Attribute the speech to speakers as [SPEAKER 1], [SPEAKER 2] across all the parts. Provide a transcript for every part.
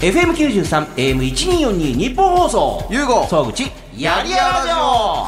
[SPEAKER 1] FM93、AM1242、日本放送。
[SPEAKER 2] ゆうご
[SPEAKER 1] 沢口、やりやらじょ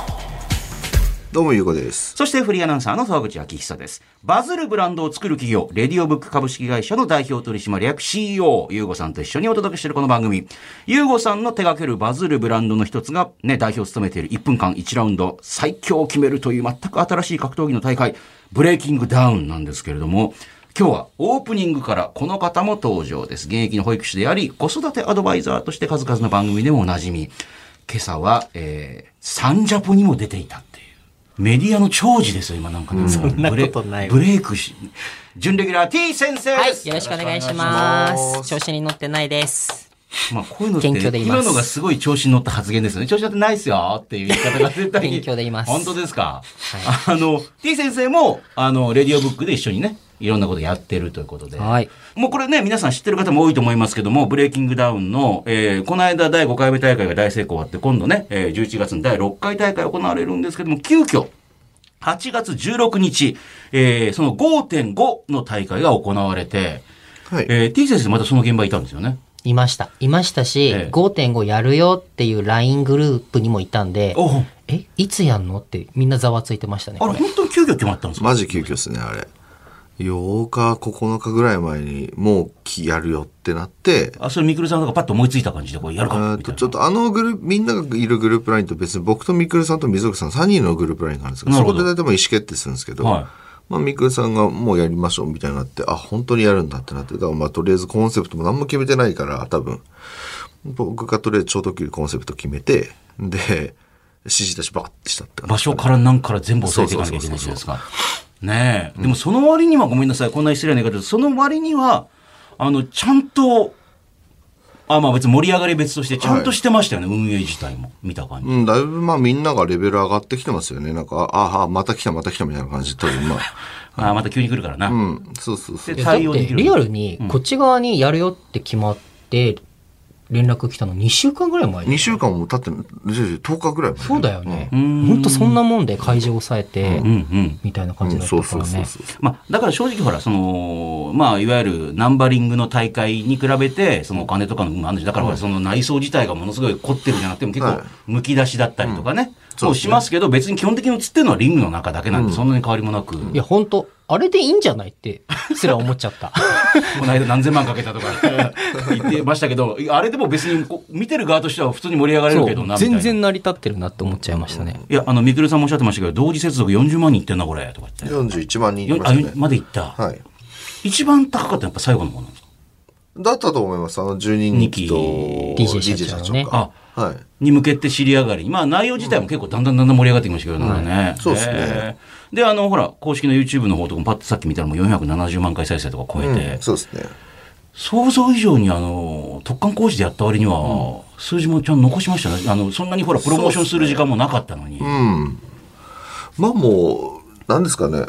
[SPEAKER 2] どうもゆうこです
[SPEAKER 1] そしてフリーアナウンサーの沢口昭久です。バズるブランドを作る企業、レディオブック株式会社の代表取締役 CEO、ゆうごさんと一緒にお届けしているこの番組。ゆうごさんの手掛けるバズるブランドの一つが、ね、代表を務めている1分間1ラウンド、最強を決めるという全く新しい格闘技の大会、ブレイキングダウンなんですけれども、今日はオープニングからこの方も登場です。現役の保育士であり、子育てアドバイザーとして数々の番組でもおなじみ。今朝は、えー、サンジャポにも出ていたっていう。メディアの長寿ですよ、今なん かね。そ
[SPEAKER 3] んなことないわ
[SPEAKER 1] ブレイクし、準レギュラー T 先生
[SPEAKER 3] はい
[SPEAKER 1] で、す。
[SPEAKER 3] よろしくお願いし
[SPEAKER 2] よろしくお願い
[SPEAKER 3] ま
[SPEAKER 2] します
[SPEAKER 3] す。調子に乗ってないです。
[SPEAKER 1] まあ、こういうのって、
[SPEAKER 3] 元気でいま
[SPEAKER 1] 今
[SPEAKER 3] す
[SPEAKER 1] のがすごい調子に乗った発言ですよね。調子乗ってないっすよっていう言い方が絶対に。
[SPEAKER 3] 元気でいます
[SPEAKER 1] 本当ですか、あの、T 先生も、あの、レディオブックで一緒にね、いろんなことやってるということで。
[SPEAKER 3] はい
[SPEAKER 1] もうこれね、皆さん知ってる方も多いと思いますけども、ブレイキングダウンの、えーこの間第5回目大会が大成功あって、今度ね、えー11月の第6回大会行われるんですけども、急遽、8月16日、えーその5.5の大会が行われて、
[SPEAKER 2] はい、
[SPEAKER 1] えー T 先生またその現場にいたんですよね。
[SPEAKER 3] いました。いましたし、
[SPEAKER 1] ええ
[SPEAKER 3] 5.5やるよっていう LINE グループにもいたんで、
[SPEAKER 1] おう
[SPEAKER 3] え、いつやんのってみんなざわついてましたね。
[SPEAKER 1] あれ、本当に急遽決まったんですか
[SPEAKER 2] マジ急遽ですねあれ8日9日ぐらい前にもうきやるよってなって
[SPEAKER 1] あ、それ、みくるさんがパッと思いついた感じで、これやるか
[SPEAKER 2] えー
[SPEAKER 1] も
[SPEAKER 2] っ
[SPEAKER 1] みた
[SPEAKER 2] と
[SPEAKER 1] いな。
[SPEAKER 2] ちょっとあのグループみんながいるグループラインと別に僕とみくるさんと水口さん3人のグループラインがあるんですけど
[SPEAKER 1] なる
[SPEAKER 2] そ
[SPEAKER 1] ほ
[SPEAKER 2] こ
[SPEAKER 1] ど
[SPEAKER 2] で大体もう意思決定するんですけど、
[SPEAKER 1] はい
[SPEAKER 2] まあ、みくるさんがもうやりましょうみたいになってあ本当にやるんだってなってだからまあとりあえずコンセプトも何も決めてないから多分僕がとりあえず超特急コンセプト決めてで指示出しバッてしたって感じ
[SPEAKER 1] 場所から何から全部押さえていかなきゃいけないじゃないですか。ねえ。でも、その割には、ごめんなさい、こんな失礼な言い方です。その割には、あの、ちゃんと、あ、まあ別に盛り上がり別として、ちゃんとしてましたよね、運営自体も。見た感じ。
[SPEAKER 2] うん、だいぶまあみんながレベル上がってきてますよね。なんか、ああ、また来た、また来たみたいな感じで、多 分まあ、
[SPEAKER 1] あ、また急に来るからな。
[SPEAKER 2] うん、そうそうそう
[SPEAKER 1] で。
[SPEAKER 3] いやだっ
[SPEAKER 1] 対応で
[SPEAKER 3] て
[SPEAKER 1] きる
[SPEAKER 3] リアルにこっち側にやるよって決まって連絡来たの2週間ぐらい前
[SPEAKER 2] 2週間も経って、10日ぐらい前
[SPEAKER 3] そうだよね。
[SPEAKER 1] ん
[SPEAKER 3] ほんとそんなもんで会場抑えて
[SPEAKER 1] うん、うん。
[SPEAKER 3] みたいな
[SPEAKER 2] う
[SPEAKER 3] 感じ
[SPEAKER 2] ん、
[SPEAKER 3] だった
[SPEAKER 2] そ
[SPEAKER 3] か
[SPEAKER 2] うそう
[SPEAKER 3] ら
[SPEAKER 2] そう
[SPEAKER 3] ね。
[SPEAKER 2] そう。
[SPEAKER 1] まあ、だから正直ほら、その、まあ、いわゆるナンバリングの大会に比べて、そのお金とかの部分もあるんでだからほら、その内装自体がものすごい凝ってるじゃなくても、結
[SPEAKER 2] はい
[SPEAKER 1] 構、むき出しだったりとかね、
[SPEAKER 2] そ
[SPEAKER 1] そうう
[SPEAKER 2] ですね
[SPEAKER 1] しますけど、別に基本的に映ってるのはリングの中だけなんで、そんなに変わりもなく、
[SPEAKER 3] いや、ほんと、あれでいいんじゃないって、すら思っち ゃった。
[SPEAKER 1] この間何千万かけたとか言ってましたけど、あれでも別にこう見てる側としては普通に盛り上がれ
[SPEAKER 3] そ
[SPEAKER 1] るけどな、
[SPEAKER 3] う
[SPEAKER 1] みたいな。
[SPEAKER 3] 全然成り立ってるなって思っちゃいましたね。
[SPEAKER 1] いや、あの、みくるさんもおっしゃってましたけど、同時接続40万人いってんな、これ、とか言って。
[SPEAKER 2] 41万人い
[SPEAKER 1] よ
[SPEAKER 2] ま
[SPEAKER 1] あ
[SPEAKER 2] したね。
[SPEAKER 1] までいった、
[SPEAKER 2] はい。
[SPEAKER 1] 一番高かったのはやっぱ最後の方なんですか
[SPEAKER 2] だったと思います。あの、12人と
[SPEAKER 3] DJ
[SPEAKER 2] 社
[SPEAKER 3] 社
[SPEAKER 2] 長
[SPEAKER 3] 長
[SPEAKER 2] か。
[SPEAKER 3] ね
[SPEAKER 2] はい。
[SPEAKER 1] に向けて知り上がり、まあ内容自体も結構だんだんだんだん盛り上がってきましたけどね、なんかね。
[SPEAKER 2] そうですね
[SPEAKER 1] えーで、あの、ほら、公式の YouTube の方とかもパッとさっき見たらもう470万回再生とか超えて、
[SPEAKER 2] うん、そうですね。
[SPEAKER 1] 想像以上にあの、突貫工事でやった割には、数字もちゃんと残しましたね。あの、そんなにほら、プロモーションする時間もなかったのに。
[SPEAKER 2] うん。まあもう、なんですかね。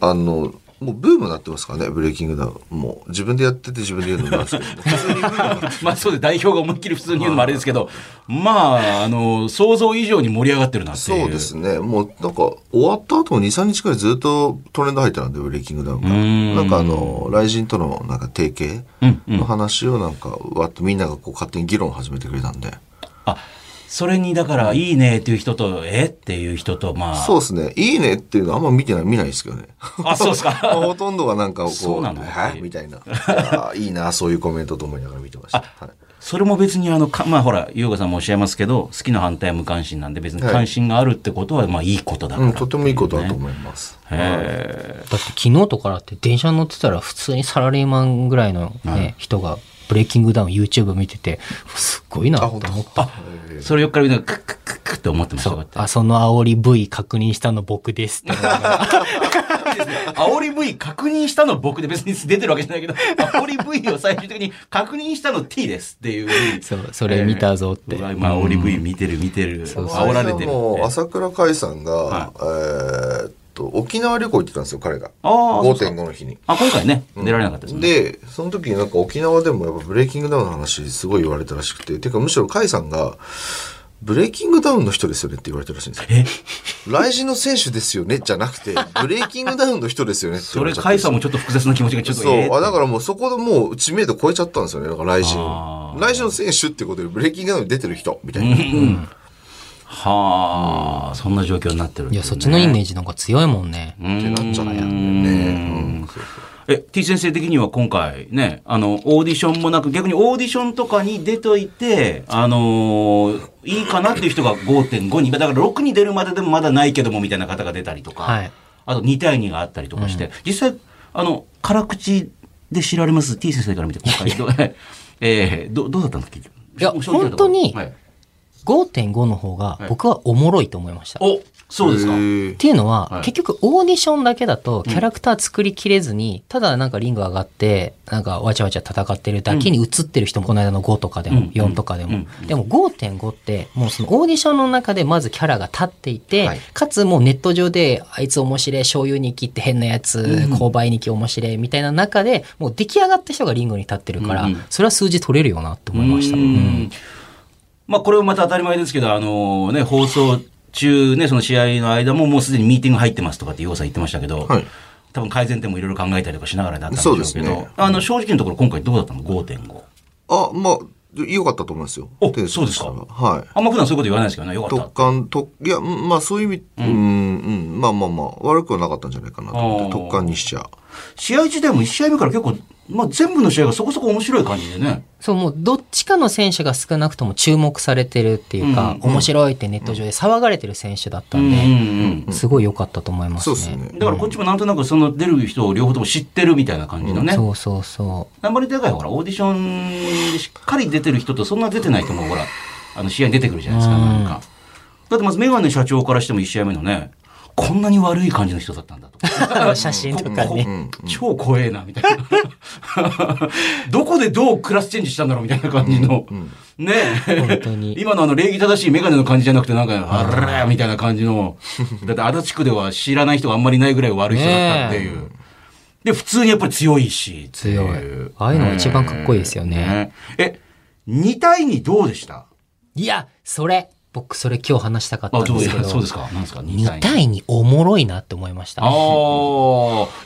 [SPEAKER 2] あの、もうブームになってますからね、ブレイキングダウン。もう、自分でやってて自分で言うのもなんですけど、普通にブームになっ て
[SPEAKER 1] まあそうで代表が思いっきり普通に言うのもあれですけど、まあ、あの、想像以上に盛り上がってるなっていう。
[SPEAKER 2] そうですね。もうなんか終わった後も2、3日くらいずっとトレンド入ってたんで、ブレイキングダウンが。
[SPEAKER 1] ん
[SPEAKER 2] なんかあの、雷神とのなんか提携
[SPEAKER 1] うん
[SPEAKER 2] の話をなんか、わっとみんながこう勝手に議論を始めてくれたんで。
[SPEAKER 1] あ、それにだから、いいねっていう人と、えっていう人と、まあ。
[SPEAKER 2] そうですね。いいねっていうのはあんま見てない、見ないですけどね。
[SPEAKER 1] あ、そうです
[SPEAKER 2] まあ
[SPEAKER 1] か。
[SPEAKER 2] ほとんどがなんかこう、
[SPEAKER 1] そうなの
[SPEAKER 2] はいみたいな。あーいいな、そういうコメントと思いながら見てました。はい
[SPEAKER 1] それも別にあの、かまあほら、優うさんもおっしゃいますけど、好きの反対は無関心なんで、別に
[SPEAKER 2] はい
[SPEAKER 1] 関心があるってことは、まあいいことだから。
[SPEAKER 2] うん、とてもいいことだと思います。
[SPEAKER 1] へえ
[SPEAKER 3] だって昨日とかだって電車乗ってたら普通にサラリーマンぐらいの、ね人がブレイキングダウン YouTube 見ててすっごいなと思ったあ
[SPEAKER 1] それよっから見たら、クックックックッって思ってました。こうやって
[SPEAKER 3] あその煽り V 確認したの僕です って思いながら
[SPEAKER 1] 煽り V 確認したの僕で別に出てるわけじゃないけ ど、煽り V を最終的に確認したの T ですっていう。
[SPEAKER 3] そうそれ見たぞって、
[SPEAKER 1] うわ今煽り V 見てる見てる。
[SPEAKER 3] そうそう
[SPEAKER 1] 煽られてるって。
[SPEAKER 2] もう朝倉海さんが、
[SPEAKER 1] は
[SPEAKER 2] えーっと、沖縄旅行行ってたんですよ、彼が。
[SPEAKER 1] あーそうです
[SPEAKER 2] 5.5の日に。
[SPEAKER 1] あ、今回ね、出られなかったですね。
[SPEAKER 2] で、その時になんか沖縄でもやっぱブレイキングダウンの話すごい言われたらしくて、てかむしろ甲斐さんが、ブレイキングダウンの人ですよねって言われたらしいんですよ。
[SPEAKER 1] え
[SPEAKER 2] 来人の選手ですよねじゃなくて、ブレイキングダウンの人ですよねって言
[SPEAKER 1] そ
[SPEAKER 2] わ
[SPEAKER 1] れ、
[SPEAKER 2] れちゃって
[SPEAKER 1] 甲斐さんもちょっと複雑な気持ちがちょっと
[SPEAKER 2] そう
[SPEAKER 1] えー
[SPEAKER 2] あだからもうそこでもう知名度超えちゃったんですよね。だから来人
[SPEAKER 1] あ。ー
[SPEAKER 2] 来人の選手ってことでブレイキングダウンに出てる人みたいな。
[SPEAKER 1] はあ、そんな状況になってる
[SPEAKER 3] いや、そっちのイメ
[SPEAKER 1] ージ
[SPEAKER 3] ージの方が強いもんね。
[SPEAKER 1] って
[SPEAKER 2] なっちゃったよねうん
[SPEAKER 1] え、T 先生的には今回ね、あの、オーディションもなく、逆にオーディションとかに出といて、あのーいいかなっていう人が5.5に、だから6に出るまででもまだないけどもみたいな方が出たりとか、
[SPEAKER 3] はい
[SPEAKER 1] あと2対2があったりとかして、実際、あの、辛口で知られます T 先生から見て、今回どう、えーどどうだったんですか
[SPEAKER 3] いや本当に
[SPEAKER 1] はい、
[SPEAKER 3] 5.5の方が僕はおもろいと思いました。
[SPEAKER 1] おそうですか。
[SPEAKER 2] へー
[SPEAKER 3] っていうのは、
[SPEAKER 1] はい
[SPEAKER 3] 結局オーディションだけだとキャラクター作りきれずに、ただなんかリング上がってなんかわちゃわちゃ戦ってるだけに映ってる人もこの間の5とかでも、
[SPEAKER 1] うん
[SPEAKER 3] 4とかでも、
[SPEAKER 1] うん
[SPEAKER 3] でも5.5ってもうそのオーディションの中でまずキャラが立っていて、
[SPEAKER 2] はい
[SPEAKER 3] かつもうネット上であいつ面白い醤油に切って変なやつ、購買にき面白いみたいな中でもう出来上がった人がリングに立ってるから、
[SPEAKER 1] うんうん
[SPEAKER 3] それは数字取れるよなって思いました。
[SPEAKER 1] う
[SPEAKER 3] うんん
[SPEAKER 1] まあ、これもまた当たり前ですけど、あのね、放送中ね、その試合の間ももうすでにミーティング入ってますとかって、ようさん言ってましたけど、
[SPEAKER 2] はい
[SPEAKER 1] 多分改善点もいろいろ考えたりとかしながらだったんでしょうけど、
[SPEAKER 2] そうですね
[SPEAKER 1] あの、正直のところ今回どうだったの ?5.5。
[SPEAKER 2] あ、まあ、良かったと思いますよ。
[SPEAKER 1] お
[SPEAKER 2] テニスとしては
[SPEAKER 1] そうです
[SPEAKER 2] はい。
[SPEAKER 1] あんま普段そういうこと言わないですけどね、よかった
[SPEAKER 2] 特。感、と、いや、うんまあそういう意味、うん、うん、まあまあまあ、悪くはなかったんじゃないかなと思っ
[SPEAKER 1] あー
[SPEAKER 2] て、特感にしちゃう。
[SPEAKER 1] 試合自体も1試合目から結構、まあ、全部の試合がそこそこ面白い感じでね。
[SPEAKER 3] そう、もうどっちかの選手が少なくとも注目されてるっていうか、
[SPEAKER 1] うん
[SPEAKER 3] 面白いってネット上で騒がれてる選手だったんで、
[SPEAKER 1] ん
[SPEAKER 3] すごい良かったと思います
[SPEAKER 2] そう
[SPEAKER 3] ね。
[SPEAKER 2] ですね。
[SPEAKER 1] だからこっちもなんとなくその出る人を両方とも知ってるみたいな感じのね。
[SPEAKER 3] そうそうそ
[SPEAKER 1] あんまりでかいほら、オーディションでしっかり出てる人とそんな出てない人もほら、あの試合に出てくるじゃないですか、
[SPEAKER 3] うん
[SPEAKER 1] なんか。だってまずメガネ社長からしても1試合目のね、こんなに悪い感じの人だったんだとか。
[SPEAKER 3] う。写真とか
[SPEAKER 1] こ
[SPEAKER 3] ね。
[SPEAKER 1] こ超怖えな、みたいな。 どこでどうクラスチェンジしたんだろうみたいな感じの。ねえ
[SPEAKER 3] 本当に
[SPEAKER 1] 今のあの礼儀正しいメガネの感じじゃなくて、なんか、あらーみたいな感じ の。だって足立区では知らない人があんまりいないぐらい悪い人だったっていう。で、普通にやっぱり強いし。ってう
[SPEAKER 3] 強い。ああいうのが一番かっこいいですよね。
[SPEAKER 1] ね。え、2対2どうでした
[SPEAKER 3] いや、それ、僕それ今日話したかった
[SPEAKER 1] あ、
[SPEAKER 3] ん
[SPEAKER 1] どう
[SPEAKER 3] で
[SPEAKER 1] です
[SPEAKER 3] け
[SPEAKER 1] す
[SPEAKER 3] ど、
[SPEAKER 1] そうですか。なんですか、2
[SPEAKER 3] 2
[SPEAKER 1] 対2。
[SPEAKER 3] 対2おもろいなって思いました。
[SPEAKER 1] ああ。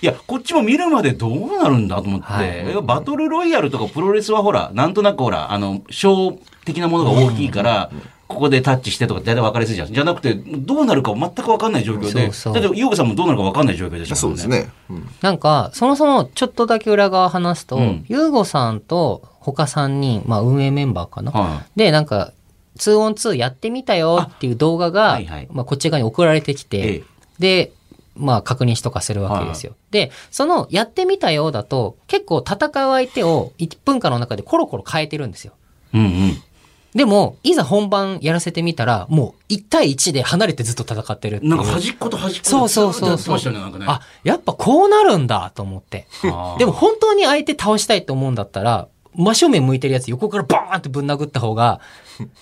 [SPEAKER 1] いや、こっちも見るまでどうなるんだと思って、
[SPEAKER 3] はい
[SPEAKER 1] バトルロイヤルとかプロレスはほら、なんとなくほら、あの、賞的なものが大きいから、ここでタッチしてとか大体分かりやすいじゃん。じゃなくて、どうなるか全く分かんない状況で。
[SPEAKER 3] そうそう
[SPEAKER 1] だって、ヨウコさんもどうなるか分かんない状況でした
[SPEAKER 2] そ
[SPEAKER 1] も
[SPEAKER 2] うん
[SPEAKER 1] ね。
[SPEAKER 2] です。ね。うん
[SPEAKER 3] なんか、そもそもちょっとだけ裏側話すと、
[SPEAKER 1] うん
[SPEAKER 3] ユーゴさんと他3人、まあ運営メンバーかな、
[SPEAKER 1] は
[SPEAKER 3] で、なんか、2on2 やってみたよっていう動画が、
[SPEAKER 1] あはいはい
[SPEAKER 3] まあ、こっち側に送られてきて、
[SPEAKER 1] ええ
[SPEAKER 3] で、まあ、確認しとかするわけですよ。で、その、やってみたようだと、結構戦う相手を1分間の中でコロコロ変えてるんですよ。
[SPEAKER 1] い。うんうん。
[SPEAKER 3] でも、いざ本番やらせてみたら、もう1対1で離れてずっと戦ってるっていう。
[SPEAKER 1] なんか端っこと端っこ
[SPEAKER 3] そうそうそう
[SPEAKER 1] ずっとやってま
[SPEAKER 3] そう。
[SPEAKER 1] したよね、なんかね。
[SPEAKER 3] あ、やっぱこうなるんだと思って。
[SPEAKER 1] あー
[SPEAKER 3] でも本当に相手倒したいと思うんだったら、真正面向いてるやつ横からバーンってぶん殴った方 が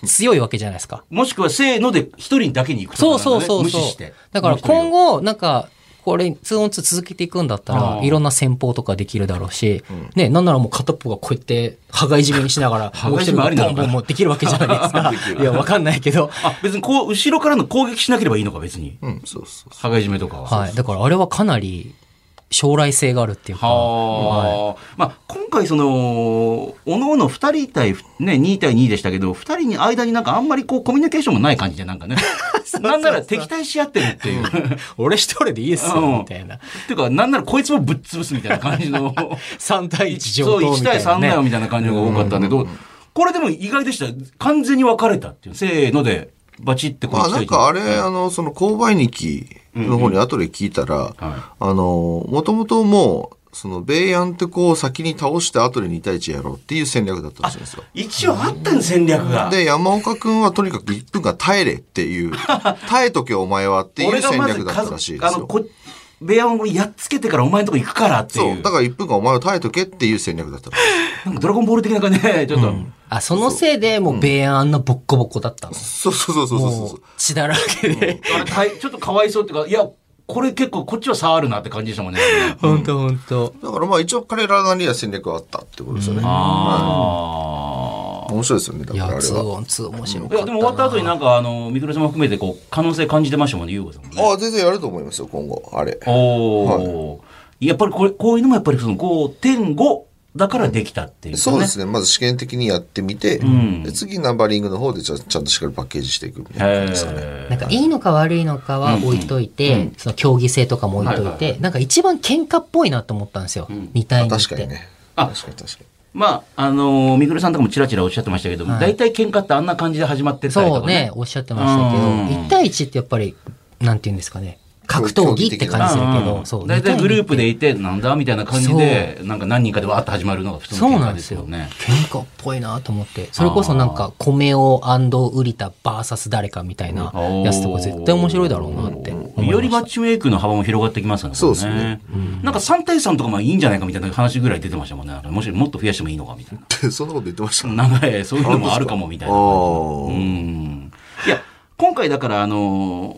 [SPEAKER 3] 強いわけじゃないですか。
[SPEAKER 1] もしくは、せーので一人だけに行くとか
[SPEAKER 3] そ
[SPEAKER 1] な
[SPEAKER 3] うん
[SPEAKER 1] かね、
[SPEAKER 3] そうそう
[SPEAKER 1] 無視
[SPEAKER 3] そう
[SPEAKER 1] して。。
[SPEAKER 3] だから今後、なんか、これ、2オン2続けていくんだった
[SPEAKER 1] あ
[SPEAKER 3] ら、
[SPEAKER 1] ー
[SPEAKER 3] いろんな戦法とかできるだろうし、ね、なんならもう片っぽがこうやって、羽がいじめにしなが ら、
[SPEAKER 1] 羽
[SPEAKER 3] もう
[SPEAKER 1] 交い締め
[SPEAKER 3] 一人
[SPEAKER 1] あ
[SPEAKER 3] が
[SPEAKER 1] りなの
[SPEAKER 3] ボ
[SPEAKER 1] かな
[SPEAKER 3] ンボン持ってきるわけじ ゃないですか。いや、わかんないけど。
[SPEAKER 1] あ、別にこう、後ろからの攻撃しなければいいのか、別に。
[SPEAKER 2] うん、そうそうそう。
[SPEAKER 1] 羽交い締めとかは。
[SPEAKER 3] はい。だからあれはかなり、将来性があるっていうか。はい
[SPEAKER 1] はあ、まあ、今回その、おのおの2人対、ね、2対2でしたけど、2人に間になんかあんまりこうコミュニケーションもない感じでなんか ね。なんなら敵対し合ってる っていう。っ
[SPEAKER 3] 俺一人でいいっすよ、
[SPEAKER 1] うん
[SPEAKER 3] みたいな。
[SPEAKER 1] ていうか、なんならこいつもぶっ潰すみたいな感じ の。
[SPEAKER 3] 3対1上
[SPEAKER 1] そう、
[SPEAKER 3] 等み
[SPEAKER 1] 1
[SPEAKER 3] た
[SPEAKER 1] 対
[SPEAKER 3] いな、
[SPEAKER 1] 3
[SPEAKER 3] ね。
[SPEAKER 1] だよみたいな感じのが多かったんで、どうこれでも意外でした。完全に分かれたっていう。せーので、バチってこう
[SPEAKER 2] まあ
[SPEAKER 1] 一対
[SPEAKER 2] な
[SPEAKER 1] 一
[SPEAKER 2] んかあれ、あの、その、購買日記の方に後で聞いたら、あの、もともともう、その、米安ってこう先に倒して後で2対1やろうっていう戦略だったらしいんですよ。
[SPEAKER 1] 一応あったん戦略が。
[SPEAKER 2] で、山岡くんはとにかく1分間耐えれっ ていう、耐えとけお前はっていう
[SPEAKER 1] 俺が
[SPEAKER 2] 戦
[SPEAKER 1] まず
[SPEAKER 2] 略だったらしいで
[SPEAKER 1] あ
[SPEAKER 2] す
[SPEAKER 1] の、
[SPEAKER 2] よ。
[SPEAKER 1] こ、ベアンをやっつけてからお前のとこ行くからってい。
[SPEAKER 2] そうう。だから1分間お前は耐えとけっていう戦略だったらしいです。
[SPEAKER 1] なんかドラゴンボール的な感じで、ちょっと。
[SPEAKER 3] あ、そのせいで、もう、米安あんなボッコボコだったの。
[SPEAKER 2] そうそうそうそうそう
[SPEAKER 3] も
[SPEAKER 2] そう
[SPEAKER 3] う。、血だらけで。
[SPEAKER 1] あれかいちょっとかわいそうっていうか、いや、これ結構こっちは差あるなって感じでしたもんね。
[SPEAKER 3] 本当本当。
[SPEAKER 2] だからまあ一応彼らなりには戦略はあったってことですよね。
[SPEAKER 1] あ
[SPEAKER 2] 面白いですよねだ
[SPEAKER 3] い
[SPEAKER 2] からあ
[SPEAKER 3] や、
[SPEAKER 2] れ
[SPEAKER 3] ツー
[SPEAKER 2] は
[SPEAKER 3] オンツー面白
[SPEAKER 1] い
[SPEAKER 3] かっ
[SPEAKER 1] や、
[SPEAKER 3] た
[SPEAKER 1] で
[SPEAKER 3] な。
[SPEAKER 1] も終わった後になんか、あの、ミクロさんも含めて、こう、可能性感じてましたもんね、ユーゴさんもね。
[SPEAKER 2] ああ全然やると思いますよ今後あれ
[SPEAKER 1] おお、やっぱりこれ、こういうのもやっぱりその5.5だからできたっていう、ね。
[SPEAKER 2] そうですねまず試験的にやってみて、
[SPEAKER 1] ん
[SPEAKER 2] で次ナンバリングの方でちゃちゃんとしっかりパッケージしていくみたいな
[SPEAKER 1] へ
[SPEAKER 2] 感じですかね
[SPEAKER 1] ー
[SPEAKER 3] なんかいいのか悪いのかは置いといて、その競技性とかも置いといて、
[SPEAKER 1] はいはいは
[SPEAKER 3] なんか一番喧嘩っぽいなと思ったんですよ、見たい
[SPEAKER 2] あ
[SPEAKER 3] にっ
[SPEAKER 2] 確
[SPEAKER 3] て
[SPEAKER 2] かにね
[SPEAKER 1] あ
[SPEAKER 2] 確かに確かに
[SPEAKER 1] まあ、あのー、みくるさんとかもちらちらおっしゃってましたけども、
[SPEAKER 3] はい
[SPEAKER 1] 大体、喧嘩ってあんな感じで始まってったり
[SPEAKER 3] そ
[SPEAKER 1] と
[SPEAKER 3] う
[SPEAKER 1] かね。
[SPEAKER 3] ねおっしゃってましたけど、
[SPEAKER 1] うん
[SPEAKER 3] 1対1ってやっぱりなんて言うんですかね格闘技って感じするけど、
[SPEAKER 1] うん
[SPEAKER 3] そう
[SPEAKER 1] 大体グルー
[SPEAKER 3] プ
[SPEAKER 1] プでいて、なんだみたいな感じで、なんか何人かでわーっと始まるのが普通
[SPEAKER 3] そ
[SPEAKER 1] の喧
[SPEAKER 3] うな
[SPEAKER 1] 嘩
[SPEAKER 3] ん
[SPEAKER 1] で
[SPEAKER 3] ですす
[SPEAKER 1] よ
[SPEAKER 3] よ
[SPEAKER 1] ね。
[SPEAKER 3] 喧嘩っぽいなと思ってそれこそなんか米をウリタ VS 誰かみたいなやつとか絶対面白いだろうなって思いました
[SPEAKER 1] よりマッチメイクの幅も広がってきますよね。
[SPEAKER 2] そうですね
[SPEAKER 1] これね。なんか3対3とかまあいいんじゃないかみたいな話ぐらい出てましたもんね。なんかもしもっと増やしてもいいのかみたいな。
[SPEAKER 2] そんなこと言ってました
[SPEAKER 1] 長い、そういうのもあるかもみたいな。
[SPEAKER 2] あ
[SPEAKER 1] う
[SPEAKER 2] ー
[SPEAKER 1] ん。いや、今回だから、あのー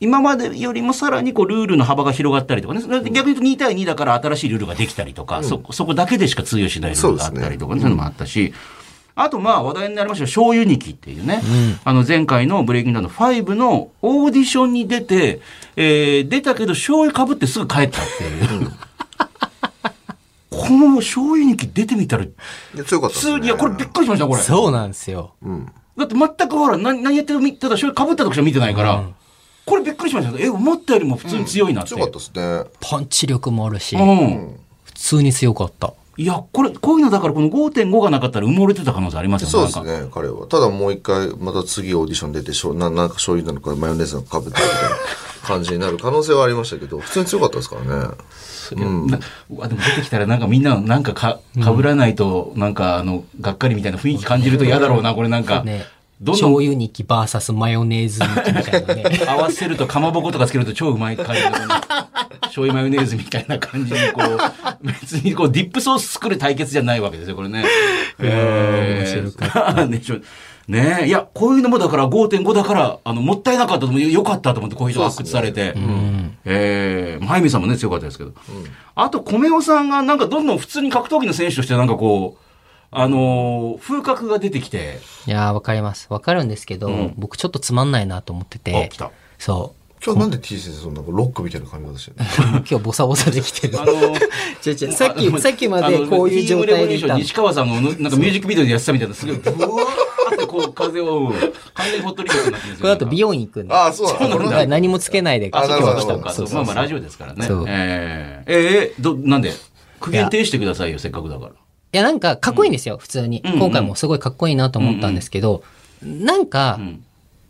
[SPEAKER 1] 今までよりもさらにこうルールの幅が広がったりとかね、それで逆に言うと2対2だから新しいルールができたりとか、そそこだけでしか通用しないルールがあったりとかね、そういうのもあったし、あとまあ話題になりました小ユニキっていうね、あの前回のブレイキンダウンの5のオーディションに出て、えー出たけど醤油かぶってすぐ帰ったっていう。 この醤油ニキ出てみたら、
[SPEAKER 2] いや強かっ
[SPEAKER 1] 普
[SPEAKER 2] たです
[SPEAKER 1] 通
[SPEAKER 2] ね
[SPEAKER 1] に、いや、これびっくりしました、これ。
[SPEAKER 3] そうなんですよ
[SPEAKER 2] うん
[SPEAKER 1] だって全くほら、何何やってるか見ただ、醤油かぶったとこしか見てないから、これびっくりしました。え、思ったよりも普通に強いなって。
[SPEAKER 2] 強かったですね
[SPEAKER 3] パンチ力もあるし、
[SPEAKER 1] うん。
[SPEAKER 3] 普通に強かった
[SPEAKER 1] いや、これ、こういうのだから、この5.5がなかったら埋もれてた可能性ありますよね。
[SPEAKER 2] そうです
[SPEAKER 1] なんか。
[SPEAKER 2] ね彼はただもう一回また次オーディション出てしょななんか醤油なのかマヨネーズなのかかぶってみたいな感じになる可能性はありましたけど普通に強かったですからね
[SPEAKER 1] なうわ、でも出てきたらなんかみんな、なんかか、かぶらないと、なんか、あの、がっかりみたいな雰囲気感じると嫌だろうな、これなんか。
[SPEAKER 3] ね
[SPEAKER 1] どんどん
[SPEAKER 3] 醤油ニキ VS マヨネーズニキみたいな ね
[SPEAKER 1] 合わせるとかまぼことかつけると超うまい感じの、醤油マヨネーズみたいな感じにこう、別にこうディップソース作る対決じゃないわけですよ、これね。えー、面白かった。 でしょねえ、いや、こういうのもだから5.5だから、あの、もったいなかったと思う、よかったと思ってこういう人が発掘されて。ええまゆみさんもね、強かったですけど。あと、米尾さんがなんかどんどん普通に格闘技の選手としてなんかこう、あのー風格が出てきて、
[SPEAKER 3] いやーわかりますわかるんですけど、
[SPEAKER 1] ん
[SPEAKER 3] 僕ちょっとつまんないなと思って
[SPEAKER 1] あ、
[SPEAKER 3] て
[SPEAKER 1] 来た。
[SPEAKER 3] そう
[SPEAKER 2] 今日なんで T 先生そんなロックみたいな髪型してるの
[SPEAKER 3] 今日ボサボサできてる
[SPEAKER 1] あのー
[SPEAKER 3] 違う違うさっきさっきま
[SPEAKER 1] あ
[SPEAKER 3] で
[SPEAKER 1] の
[SPEAKER 3] こういう状
[SPEAKER 1] TM レボ
[SPEAKER 3] 態でい
[SPEAKER 1] リューショ
[SPEAKER 3] た
[SPEAKER 1] ン
[SPEAKER 3] の
[SPEAKER 1] 西川さんのなんかミュージックビデオでやってたみたいな、す ごい、ブワーってこう風を、完全にほっとりになってるんですよ。
[SPEAKER 3] この後美容院行くんで
[SPEAKER 2] ああそうなんだ
[SPEAKER 3] こ の後何もつけないで
[SPEAKER 2] あな
[SPEAKER 1] あ
[SPEAKER 2] るほ
[SPEAKER 1] そ
[SPEAKER 2] ど
[SPEAKER 1] うそう
[SPEAKER 2] なるほど
[SPEAKER 1] か、
[SPEAKER 3] そ
[SPEAKER 1] そうう
[SPEAKER 3] そう
[SPEAKER 1] まあまあラジオですからね
[SPEAKER 3] そう。
[SPEAKER 1] えーえー、ど、なんで苦言呈してくださいよ、せっかくだから。
[SPEAKER 3] いやなんかかっこいいんですよ、普通に、
[SPEAKER 1] うんうん
[SPEAKER 3] 今回もすごいかっこいいなと思ったんですけど、なんか、
[SPEAKER 1] ん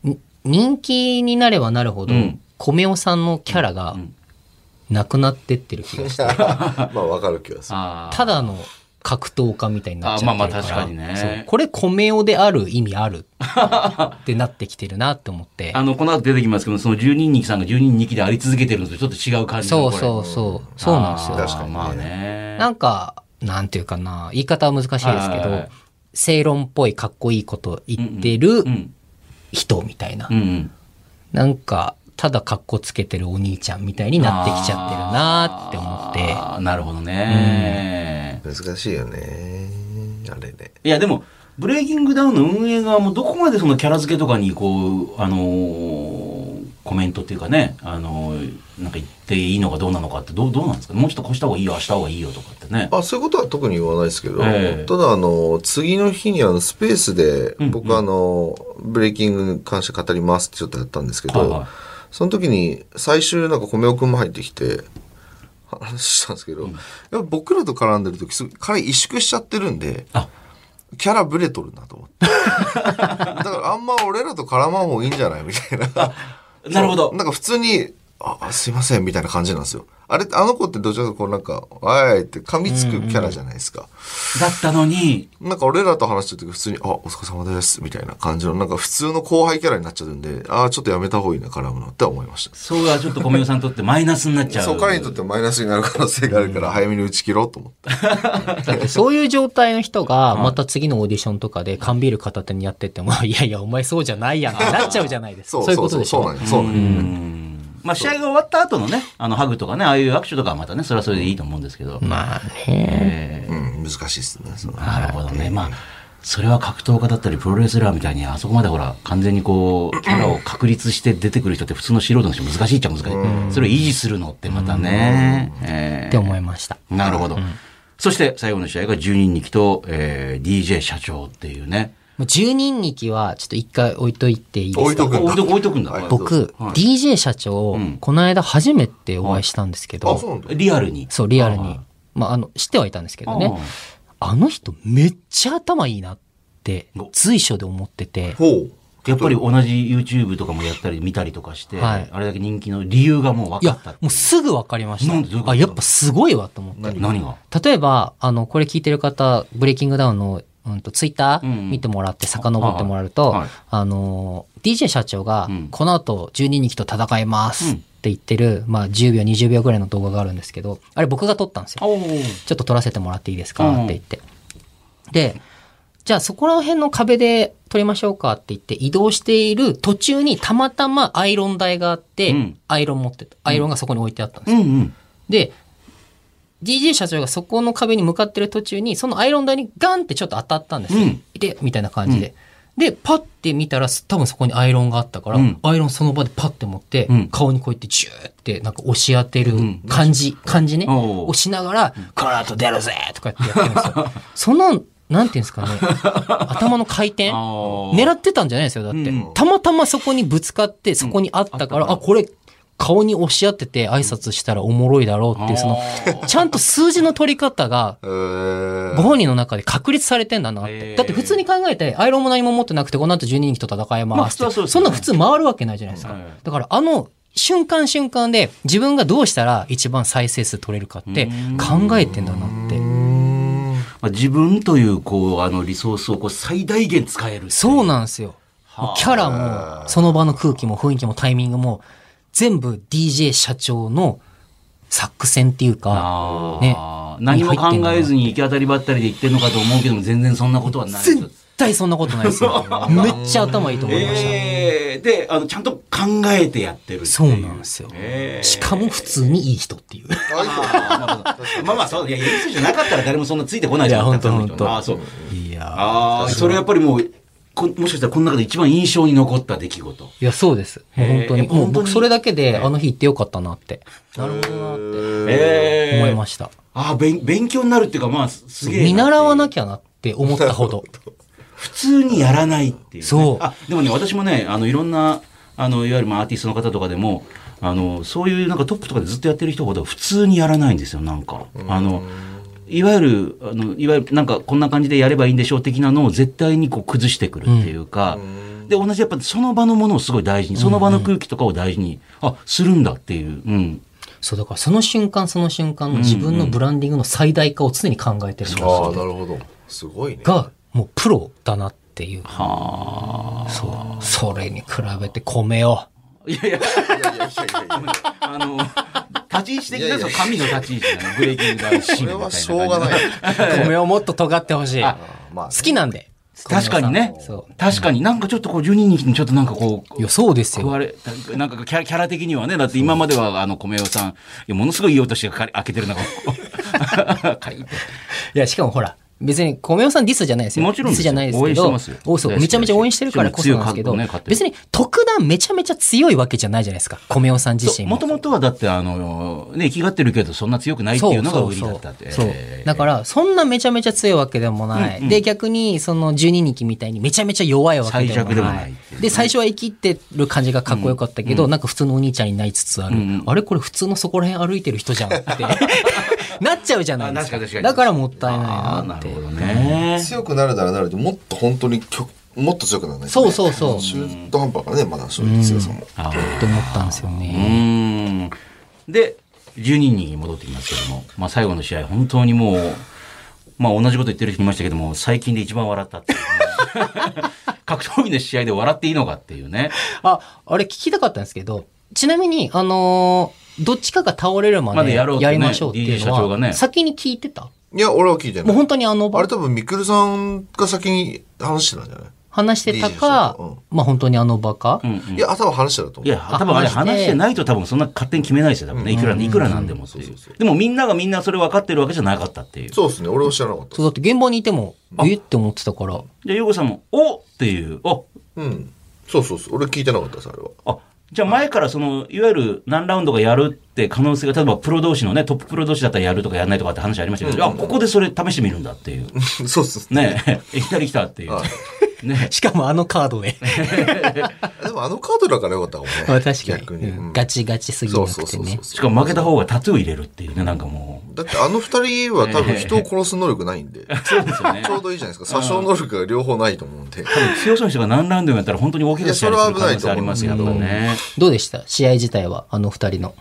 [SPEAKER 3] に人気になればなるほど、
[SPEAKER 1] うん
[SPEAKER 3] 米尾さんのキャラが
[SPEAKER 1] うん
[SPEAKER 3] なくなってってる気がして、
[SPEAKER 2] まあわかる気がする
[SPEAKER 1] あー
[SPEAKER 3] ただの格闘家みたいになっちゃってるから
[SPEAKER 1] あまあまあ確かにね
[SPEAKER 3] そうこれ米尾である意味あるってなってきてるなって思って
[SPEAKER 1] あの、この後出てきますけど、その12人さんが12人2期であり続けてるのとちょっと違う感じ。
[SPEAKER 3] そうそううそうそうなんです
[SPEAKER 1] あ
[SPEAKER 3] よ
[SPEAKER 1] ー
[SPEAKER 2] 確かにね
[SPEAKER 1] まあね。
[SPEAKER 3] なんか、なんていうかな、言い方は難しいですけ
[SPEAKER 1] はいはいは
[SPEAKER 3] ど
[SPEAKER 1] い、
[SPEAKER 3] 正論っぽいかっこいいこと言って
[SPEAKER 1] う
[SPEAKER 3] る
[SPEAKER 1] ん。
[SPEAKER 3] 人みたいな
[SPEAKER 1] う。ん。
[SPEAKER 3] なんか、ただかっこつけてるお兄ちゃんみたいになってきちゃってるなって思って。
[SPEAKER 1] あーなるほどね。
[SPEAKER 2] 難しいよねあれね
[SPEAKER 1] いやでも、ブレイキングダウンの運営側もどこまでそのキャラ付けとかにこう、あのーコメントっていうかね、あのーなんか言っていいのかどうなのかってどう、どうなんですかもうちょっとこうした方がいいよ、ああした方がいいよとかってね。
[SPEAKER 2] あそういうことは特に言わないですけど、
[SPEAKER 1] ええ
[SPEAKER 2] ただあの次の日にあのスペースで
[SPEAKER 1] うん
[SPEAKER 2] 僕あの、ブレイキングに関して語りますってちょっとやったんですけど、
[SPEAKER 1] はいはい
[SPEAKER 2] その時に最終なんか米尾くんも入ってきて話したんですけど、やっぱ僕らと絡んでる時すごい彼萎縮しちゃってるんで
[SPEAKER 1] あ
[SPEAKER 2] キャラブレとるなと思って だからあんま俺らと絡まん方がいいんじゃないみたいな。
[SPEAKER 1] なるほど。
[SPEAKER 2] なんか普通に、あ、あすいません、みたいな感じなんですよ。あれ、あの子ってどちらかというとこうなんか、あいって噛みつくキャラじゃないですか。
[SPEAKER 1] だったのに、
[SPEAKER 2] なんか俺らと話してる時普通に、あ、お疲れ様です、みたいな感じの、なんか普通の後輩キャラになっちゃうんで、あちょっとやめた方がいいな、絡むのって思いました。
[SPEAKER 1] そうはちょっと米尾さんにとってマイナスになっちゃう。
[SPEAKER 2] そう、彼にとってマイナスになる可能性があるから、早めに打ち切ろうと思って。
[SPEAKER 3] だってそういう状態の人が、また次のオーディションとかで缶ビール片手にやってても、 いやいや、お前そうじゃないやんってなっちゃうじゃないですか。そういうことでし
[SPEAKER 2] そう
[SPEAKER 3] ょ
[SPEAKER 2] なん。です。そうなんです。
[SPEAKER 1] うんまあ試合が終わった後のね、あのハグとかね、ああいう握手とかはまたね、それはそれでいいと思うんですけど。
[SPEAKER 3] まあね。
[SPEAKER 1] えー
[SPEAKER 2] うん、難しいですね。その
[SPEAKER 1] なるほどね。まあ、それは格闘家だったりプロレスラーみたいにあそこまでほら完全にこうキャラを確立して出てくる人って普通の素人の人難しいっちゃ難しい、それを維持するのってまたね、えー
[SPEAKER 3] って思いました。
[SPEAKER 1] なるほど、そして最後の試合が10人に来と、えー、DJ 社長っていうね
[SPEAKER 3] もう10人にきはちょっと一回置いといていいです
[SPEAKER 2] 置い
[SPEAKER 3] か
[SPEAKER 2] とくんだ
[SPEAKER 1] 置いとく置いとくんだ
[SPEAKER 2] はい
[SPEAKER 1] はい
[SPEAKER 3] 僕、
[SPEAKER 1] はい
[SPEAKER 3] DJ 社長、
[SPEAKER 1] ん
[SPEAKER 3] この間初めてお会いしたんですけど、
[SPEAKER 2] あそうなんだ
[SPEAKER 1] リアルに
[SPEAKER 3] そう、リアル
[SPEAKER 1] はい
[SPEAKER 3] に。まあ、あの、知ってはいたんですけどね。あの人めっちゃ頭いいなって
[SPEAKER 1] お、
[SPEAKER 3] 随所で思ってて、
[SPEAKER 2] ほう
[SPEAKER 1] やっぱり同じ YouTube とかもやったり見たりとかして、
[SPEAKER 3] はい
[SPEAKER 1] あれだけ人気の理由がもう
[SPEAKER 3] い
[SPEAKER 1] 分か
[SPEAKER 3] や
[SPEAKER 1] ったっ、て
[SPEAKER 3] もうすぐ分かりまし
[SPEAKER 1] なんでどういうこと
[SPEAKER 3] た。あ、やっぱすごいわと思って。
[SPEAKER 1] 何が
[SPEAKER 3] 例えば、あの、これ聞いてる方、ブレイキングダウンの、うんと、ツイッタ
[SPEAKER 1] うんう
[SPEAKER 3] ー
[SPEAKER 1] ん
[SPEAKER 3] 見てもらって、遡ってもらうと、
[SPEAKER 1] はいはい
[SPEAKER 3] あの、DJ 社長が
[SPEAKER 1] うん、
[SPEAKER 3] この後、12人と戦いますって言ってる、まあ、10秒、20秒ぐらいの動画があるんですけど、あれ僕が撮ったんですよ。
[SPEAKER 1] おー
[SPEAKER 3] ちょっと撮らせてもらっていいですかって言って。で、じゃあそこら辺の壁で撮りましょうかって言って移動している途中にたまたまアイロン台があって、
[SPEAKER 1] うん
[SPEAKER 3] アイロン持ってた。アイロンがそこに置いてあったんです
[SPEAKER 1] う
[SPEAKER 3] よ。
[SPEAKER 1] んうん
[SPEAKER 3] で、DJ 社長がそこの壁に向かってる途中に、そのアイロン台にガンってちょっと当たったんですよ。
[SPEAKER 1] うん
[SPEAKER 3] いてみたいな感じで。で、パッて見たら、多分そこにアイロンがあったから、
[SPEAKER 1] うん
[SPEAKER 3] アイロンその場でパッて持って、
[SPEAKER 1] うん
[SPEAKER 3] 顔にこうやってジューってなんか押し当てる感じ、感じね。
[SPEAKER 1] おう
[SPEAKER 3] 押しながら、この後出るぜとかやってやってるんですよ。その、なんていうんで すかね、頭の回転
[SPEAKER 1] あー
[SPEAKER 3] 狙ってたんじゃないですよ、だって。
[SPEAKER 1] うん
[SPEAKER 3] たまたまそこにぶつかって、そこにあったから、あ、これ、顔に押し合ってて挨拶したらおもろいだろうっていう、その、ちゃんと数字の取り方が、
[SPEAKER 2] えー
[SPEAKER 3] ご本人の中で確立されてんだなっ
[SPEAKER 1] へ
[SPEAKER 3] て。
[SPEAKER 1] ー
[SPEAKER 3] だって普通に考えて、アイロンも何も持ってなくて、この後12人と戦い
[SPEAKER 1] まあ
[SPEAKER 3] ま
[SPEAKER 1] 普
[SPEAKER 3] す
[SPEAKER 1] 通は
[SPEAKER 3] っ
[SPEAKER 1] そう
[SPEAKER 3] て。
[SPEAKER 1] です
[SPEAKER 3] そ
[SPEAKER 1] よ
[SPEAKER 3] ん
[SPEAKER 1] ね
[SPEAKER 3] な普通回るわけないじゃないです
[SPEAKER 1] は
[SPEAKER 3] か
[SPEAKER 1] い。
[SPEAKER 3] だからあの瞬間瞬間で自分がどうしたら一番再生数取れるかって考えてんだなって。
[SPEAKER 1] まあ、自分というこうあのリソースをこう最大限使える
[SPEAKER 3] そうなんですよ。もうキャラも、その場の空気も雰囲気もタイミングも、全部 DJ 社長の作戦っていうか、ね。
[SPEAKER 1] あー何も考えずに行き当たりばったりで言ってんのかと思うけども全然そんなことはないです
[SPEAKER 3] 絶対そんなことないで すよ。めっちゃ頭いいと思いました。
[SPEAKER 1] えーであのちゃんと考えてやってるってい
[SPEAKER 3] そうなんですよ。
[SPEAKER 1] えー
[SPEAKER 3] しかも普通にいい人っていう。
[SPEAKER 1] あー まあまあまあまあまあそういやいやそうじゃなかったら誰もそんなついてこないじゃん
[SPEAKER 3] いや本
[SPEAKER 1] た
[SPEAKER 3] 当
[SPEAKER 1] くさんの人
[SPEAKER 3] 本当
[SPEAKER 1] ああそう
[SPEAKER 3] いや。
[SPEAKER 1] ああそれやっぱりもうこもしかしたらこの中で一番印象に残った出来事
[SPEAKER 3] いや、そうです。もう本当
[SPEAKER 1] へ
[SPEAKER 3] に。
[SPEAKER 1] ー
[SPEAKER 3] もう
[SPEAKER 1] 本当に
[SPEAKER 3] 僕それだけで、あの日行ってよかったなって。なるほどなって思いま
[SPEAKER 1] し
[SPEAKER 3] した。
[SPEAKER 1] たああ勉勉強になるっていうかまあすすげえ
[SPEAKER 3] 見習わ
[SPEAKER 1] なっていう
[SPEAKER 3] なきゃなって思ったほ ど。
[SPEAKER 1] 普通にやらないっていう、ね、
[SPEAKER 3] そう
[SPEAKER 1] あでもね私もねあのいろんなあのいわゆるまあアーティストの方とかでもあのそういうなんかトップとかでずっとやってる人ほど普通にやらないんですよなんかあのいわゆるあのいわゆるなんかこんな感じでやればいいんでしょう的なのを絶対にこう崩してくるっていうか、で同じやっぱその場のものをすごい大事にその場の空気とかを大事に、あするんだっていう、うん、
[SPEAKER 3] そう、だからその瞬間その瞬間の自分のブランディングの最大化を常に考えてるんです
[SPEAKER 2] あ
[SPEAKER 3] よ
[SPEAKER 2] あなるほどすごいね
[SPEAKER 3] が、もうプロだなっていう。
[SPEAKER 1] はあ
[SPEAKER 3] そう。それに比べて 米を。
[SPEAKER 1] いやい やあの、立ち位置的
[SPEAKER 2] いや
[SPEAKER 1] ないそ
[SPEAKER 2] や
[SPEAKER 1] の神の立ち位置なの、ブレイキングダウンシー
[SPEAKER 2] こ
[SPEAKER 1] ンみ
[SPEAKER 2] れ
[SPEAKER 1] たいな
[SPEAKER 2] は
[SPEAKER 1] 感じ。
[SPEAKER 2] しょうがない
[SPEAKER 3] 米をもっと尖ってほしい。好
[SPEAKER 2] まあ
[SPEAKER 3] きなんで。
[SPEAKER 1] 確かにね
[SPEAKER 3] 米尾さんそう。。
[SPEAKER 1] 確かになんかちょっとこう、12人にちょっとなんかこう、
[SPEAKER 3] いや、そうです
[SPEAKER 1] 食
[SPEAKER 3] よ。
[SPEAKER 1] われ、なんかキャラキャラ的にはね、だって今まではあの、米尾さん、いやものすごいいい音してか開けてる 中、こうカリッて
[SPEAKER 3] いや、しかもほら、別に、米尾さんディスじゃないですよ。
[SPEAKER 1] もちろんですよ
[SPEAKER 3] ディスじゃないです
[SPEAKER 1] 応
[SPEAKER 3] け
[SPEAKER 1] 援して
[SPEAKER 3] ど
[SPEAKER 1] ますよ、
[SPEAKER 3] おそう
[SPEAKER 1] 大好きです
[SPEAKER 3] めちゃめちゃ応援してるからこそなんですけど
[SPEAKER 1] 強い覚悟ね勝、手に
[SPEAKER 3] 別に特段めちゃめちゃ強いわけじゃないじゃないですか、米尾さん自身
[SPEAKER 1] も
[SPEAKER 3] も
[SPEAKER 1] と。もとはだってあの、ね、気がってるけど、そんな強くないっていうのが売りだったって。
[SPEAKER 3] そうそうそう
[SPEAKER 1] えー
[SPEAKER 3] だから、そんなめちゃめちゃ強いわけでもない。で、逆に、その、12人みたいにめちゃめちゃ弱いわけでもない。
[SPEAKER 1] 最弱でもないっていうね
[SPEAKER 3] で、最初は生きてる感じがかっこよかったけど、なんか普通のお兄ちゃんになりつつある。あれこれ普通のそこら辺歩いてる人じゃんって。なっちゃうじゃないです
[SPEAKER 1] あ確かに確か
[SPEAKER 3] か。
[SPEAKER 1] に
[SPEAKER 3] だからもったい
[SPEAKER 1] あ
[SPEAKER 3] な
[SPEAKER 1] あ、
[SPEAKER 3] い
[SPEAKER 1] な
[SPEAKER 3] なっ
[SPEAKER 1] る
[SPEAKER 3] て
[SPEAKER 1] ほ。どね。
[SPEAKER 2] 強くなるならなるでもっと本当に極もっと強くならないと
[SPEAKER 3] そ
[SPEAKER 2] ね
[SPEAKER 3] うそうそう。
[SPEAKER 2] 中途半端からねまだそういう強さも
[SPEAKER 1] あ
[SPEAKER 3] って思ったんですよ
[SPEAKER 1] う
[SPEAKER 3] ね。
[SPEAKER 1] ーんで12人に戻ってきますけども、まあ、最後の試合本当にもう、まあ、同じこと言ってる人いましたけども最近で一番笑ったっていう ね格闘技の試合で笑っていいのかっていうね
[SPEAKER 3] あ、あれ聞きたかったんですけど、ちなみに、あのーどっちかが倒れるま
[SPEAKER 1] まで
[SPEAKER 3] で
[SPEAKER 1] やろうってね
[SPEAKER 3] やりましょうっていう
[SPEAKER 1] DJ 社長
[SPEAKER 3] の
[SPEAKER 1] が
[SPEAKER 3] は、
[SPEAKER 1] ね
[SPEAKER 3] 先に聞いてた
[SPEAKER 2] いや俺は聞いて
[SPEAKER 3] も
[SPEAKER 2] な
[SPEAKER 3] う
[SPEAKER 2] い
[SPEAKER 3] 本当にあの場
[SPEAKER 2] あれ多分みくるさんが先に話してたんじゃない
[SPEAKER 3] 話してたか、
[SPEAKER 2] リージェント
[SPEAKER 3] まあ本当にあの場か、
[SPEAKER 1] うんうん
[SPEAKER 2] いや、頭話してたと思う。
[SPEAKER 1] いや、多分あれ
[SPEAKER 3] 話して
[SPEAKER 1] 話してないと多分そんな勝手に決めないですよ、多分ね。いくら、いくらなんでもっていう
[SPEAKER 2] そうそうそう
[SPEAKER 1] でもみんながみんなそれ分かってるわけじゃなかったっていう。
[SPEAKER 2] そうですね。俺も知らなかった
[SPEAKER 3] そうだって現場にいても、えって思ってた から、
[SPEAKER 1] じゃあ、ゆうごさんも、おっていう、お
[SPEAKER 2] うん。そうそうそう。俺聞いてなかったです、あれは。
[SPEAKER 1] あ、じゃあ前からその、いわゆる何ラウンドかやるって可能性が、例えばプロ同士のね、トッププロ同士だったらやるとかやらないとかって話ありましたけど、あ、ここでそれ試してみるんだっていう。
[SPEAKER 2] そうですね。
[SPEAKER 1] ねえ、いきなり来たっていう
[SPEAKER 2] は。
[SPEAKER 1] ね
[SPEAKER 3] しかもあのカ ードで。
[SPEAKER 2] でもあのカードだからよかったかもね。
[SPEAKER 3] まあ確か
[SPEAKER 2] 逆
[SPEAKER 3] に、
[SPEAKER 2] に。
[SPEAKER 3] うん
[SPEAKER 2] うん
[SPEAKER 3] ガチガチすぎな
[SPEAKER 2] そう
[SPEAKER 3] く
[SPEAKER 2] そ
[SPEAKER 3] て
[SPEAKER 2] うそう
[SPEAKER 3] ね
[SPEAKER 2] そう。
[SPEAKER 1] しかも負けた方がタトゥー入れるっていうね、なんかもう。
[SPEAKER 2] だってあの二人は多分人を殺す能力ないん で、
[SPEAKER 1] そうですよね
[SPEAKER 2] ち。ょうどいいじゃないですか。殺傷能力が両方ないと思うんで。
[SPEAKER 1] 強そうな人が何ラウンドもやったら本当に大きいですよ
[SPEAKER 2] いや
[SPEAKER 1] ね。
[SPEAKER 2] それは危ないと
[SPEAKER 1] あり
[SPEAKER 2] 思い
[SPEAKER 1] ま
[SPEAKER 2] ますす
[SPEAKER 1] よ、やっぱね。
[SPEAKER 3] どうでした試合自体は、あの二 人の。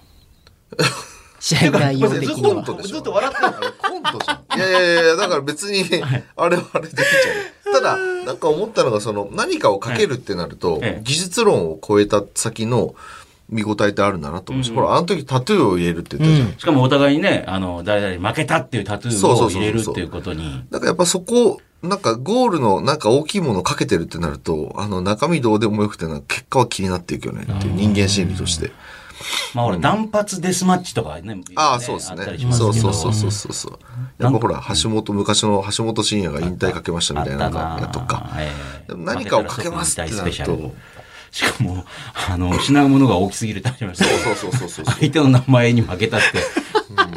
[SPEAKER 3] 試合内容的
[SPEAKER 1] ずっ
[SPEAKER 3] に
[SPEAKER 1] と
[SPEAKER 3] は。
[SPEAKER 2] コントでしょ
[SPEAKER 1] ずっと笑ってた
[SPEAKER 2] あれコントじゃん。いやいやいや、だから別に、あれはあれでいいじゃん。ただ、なんか思ったのが、その、何かをかけるってなると
[SPEAKER 1] ええ、
[SPEAKER 2] 技術論を超えた先の見応えってあるんだなと思うし、ほら、あの時タトゥーを入れるって言ったじゃん。
[SPEAKER 1] しかもお互いにね、あの、誰々負けたっていうタトゥー
[SPEAKER 2] そうそ
[SPEAKER 1] を
[SPEAKER 2] うそうそ
[SPEAKER 1] 入
[SPEAKER 2] う
[SPEAKER 1] れるっていうことに。
[SPEAKER 2] だからやっぱそこ、なんかゴールのなんか大きいものをかけてるってなると、あの中身どうでもよくて、なんか結果は気になっていくよねっていう人間心理として。
[SPEAKER 1] まあほら、断髪デスマッチとかね。
[SPEAKER 2] ああ、そうです
[SPEAKER 1] あった
[SPEAKER 2] ね
[SPEAKER 1] りし。ます
[SPEAKER 2] そう
[SPEAKER 1] け
[SPEAKER 2] そ
[SPEAKER 1] ど
[SPEAKER 2] うそうそうそうそう。やっぱほら、橋本、昔の橋本真也が引退かけましたみたいなのがとか。
[SPEAKER 1] ええ
[SPEAKER 2] でも何かをかけますってなる
[SPEAKER 1] 負けたら即引退
[SPEAKER 2] と
[SPEAKER 1] スペ。シャルしかも、あの、失うものが大きすぎるって話もして
[SPEAKER 2] そうそうそうそうそう。
[SPEAKER 1] 相手の名前に負けたって。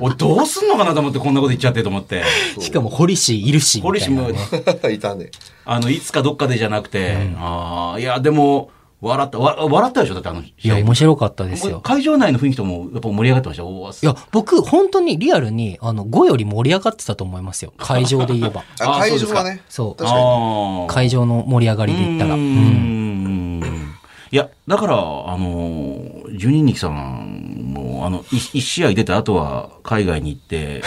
[SPEAKER 1] 俺どうすんのかなと思ってこんなこと言っちゃってと思って。
[SPEAKER 3] しかも、堀氏いるし、
[SPEAKER 1] ポ
[SPEAKER 3] み
[SPEAKER 1] リ
[SPEAKER 3] た
[SPEAKER 1] シ
[SPEAKER 3] いな、
[SPEAKER 1] ム
[SPEAKER 3] ね。、
[SPEAKER 2] いたね。
[SPEAKER 1] あの、いつかどっかでじゃなくて、ああ、いや、でも、笑った、わ笑ったでしょだってあの、い
[SPEAKER 3] いや、面白かったですよ。
[SPEAKER 1] 会場内の雰囲気とも、やっぱ盛り上がってました。おー
[SPEAKER 3] いや、僕、本当にリアルに、あの、5より盛り上がってたと思いますよ。会場で言 えば。
[SPEAKER 1] あ
[SPEAKER 2] あ、会場はね。
[SPEAKER 3] そうで
[SPEAKER 2] 確か
[SPEAKER 3] すか
[SPEAKER 1] あー
[SPEAKER 3] 会場の盛り上がりで言ったら。
[SPEAKER 1] うー
[SPEAKER 3] うん
[SPEAKER 1] んいや、だから、あのー、ジュニーニキさんも、あの、い一試合出た後は、海外に行って、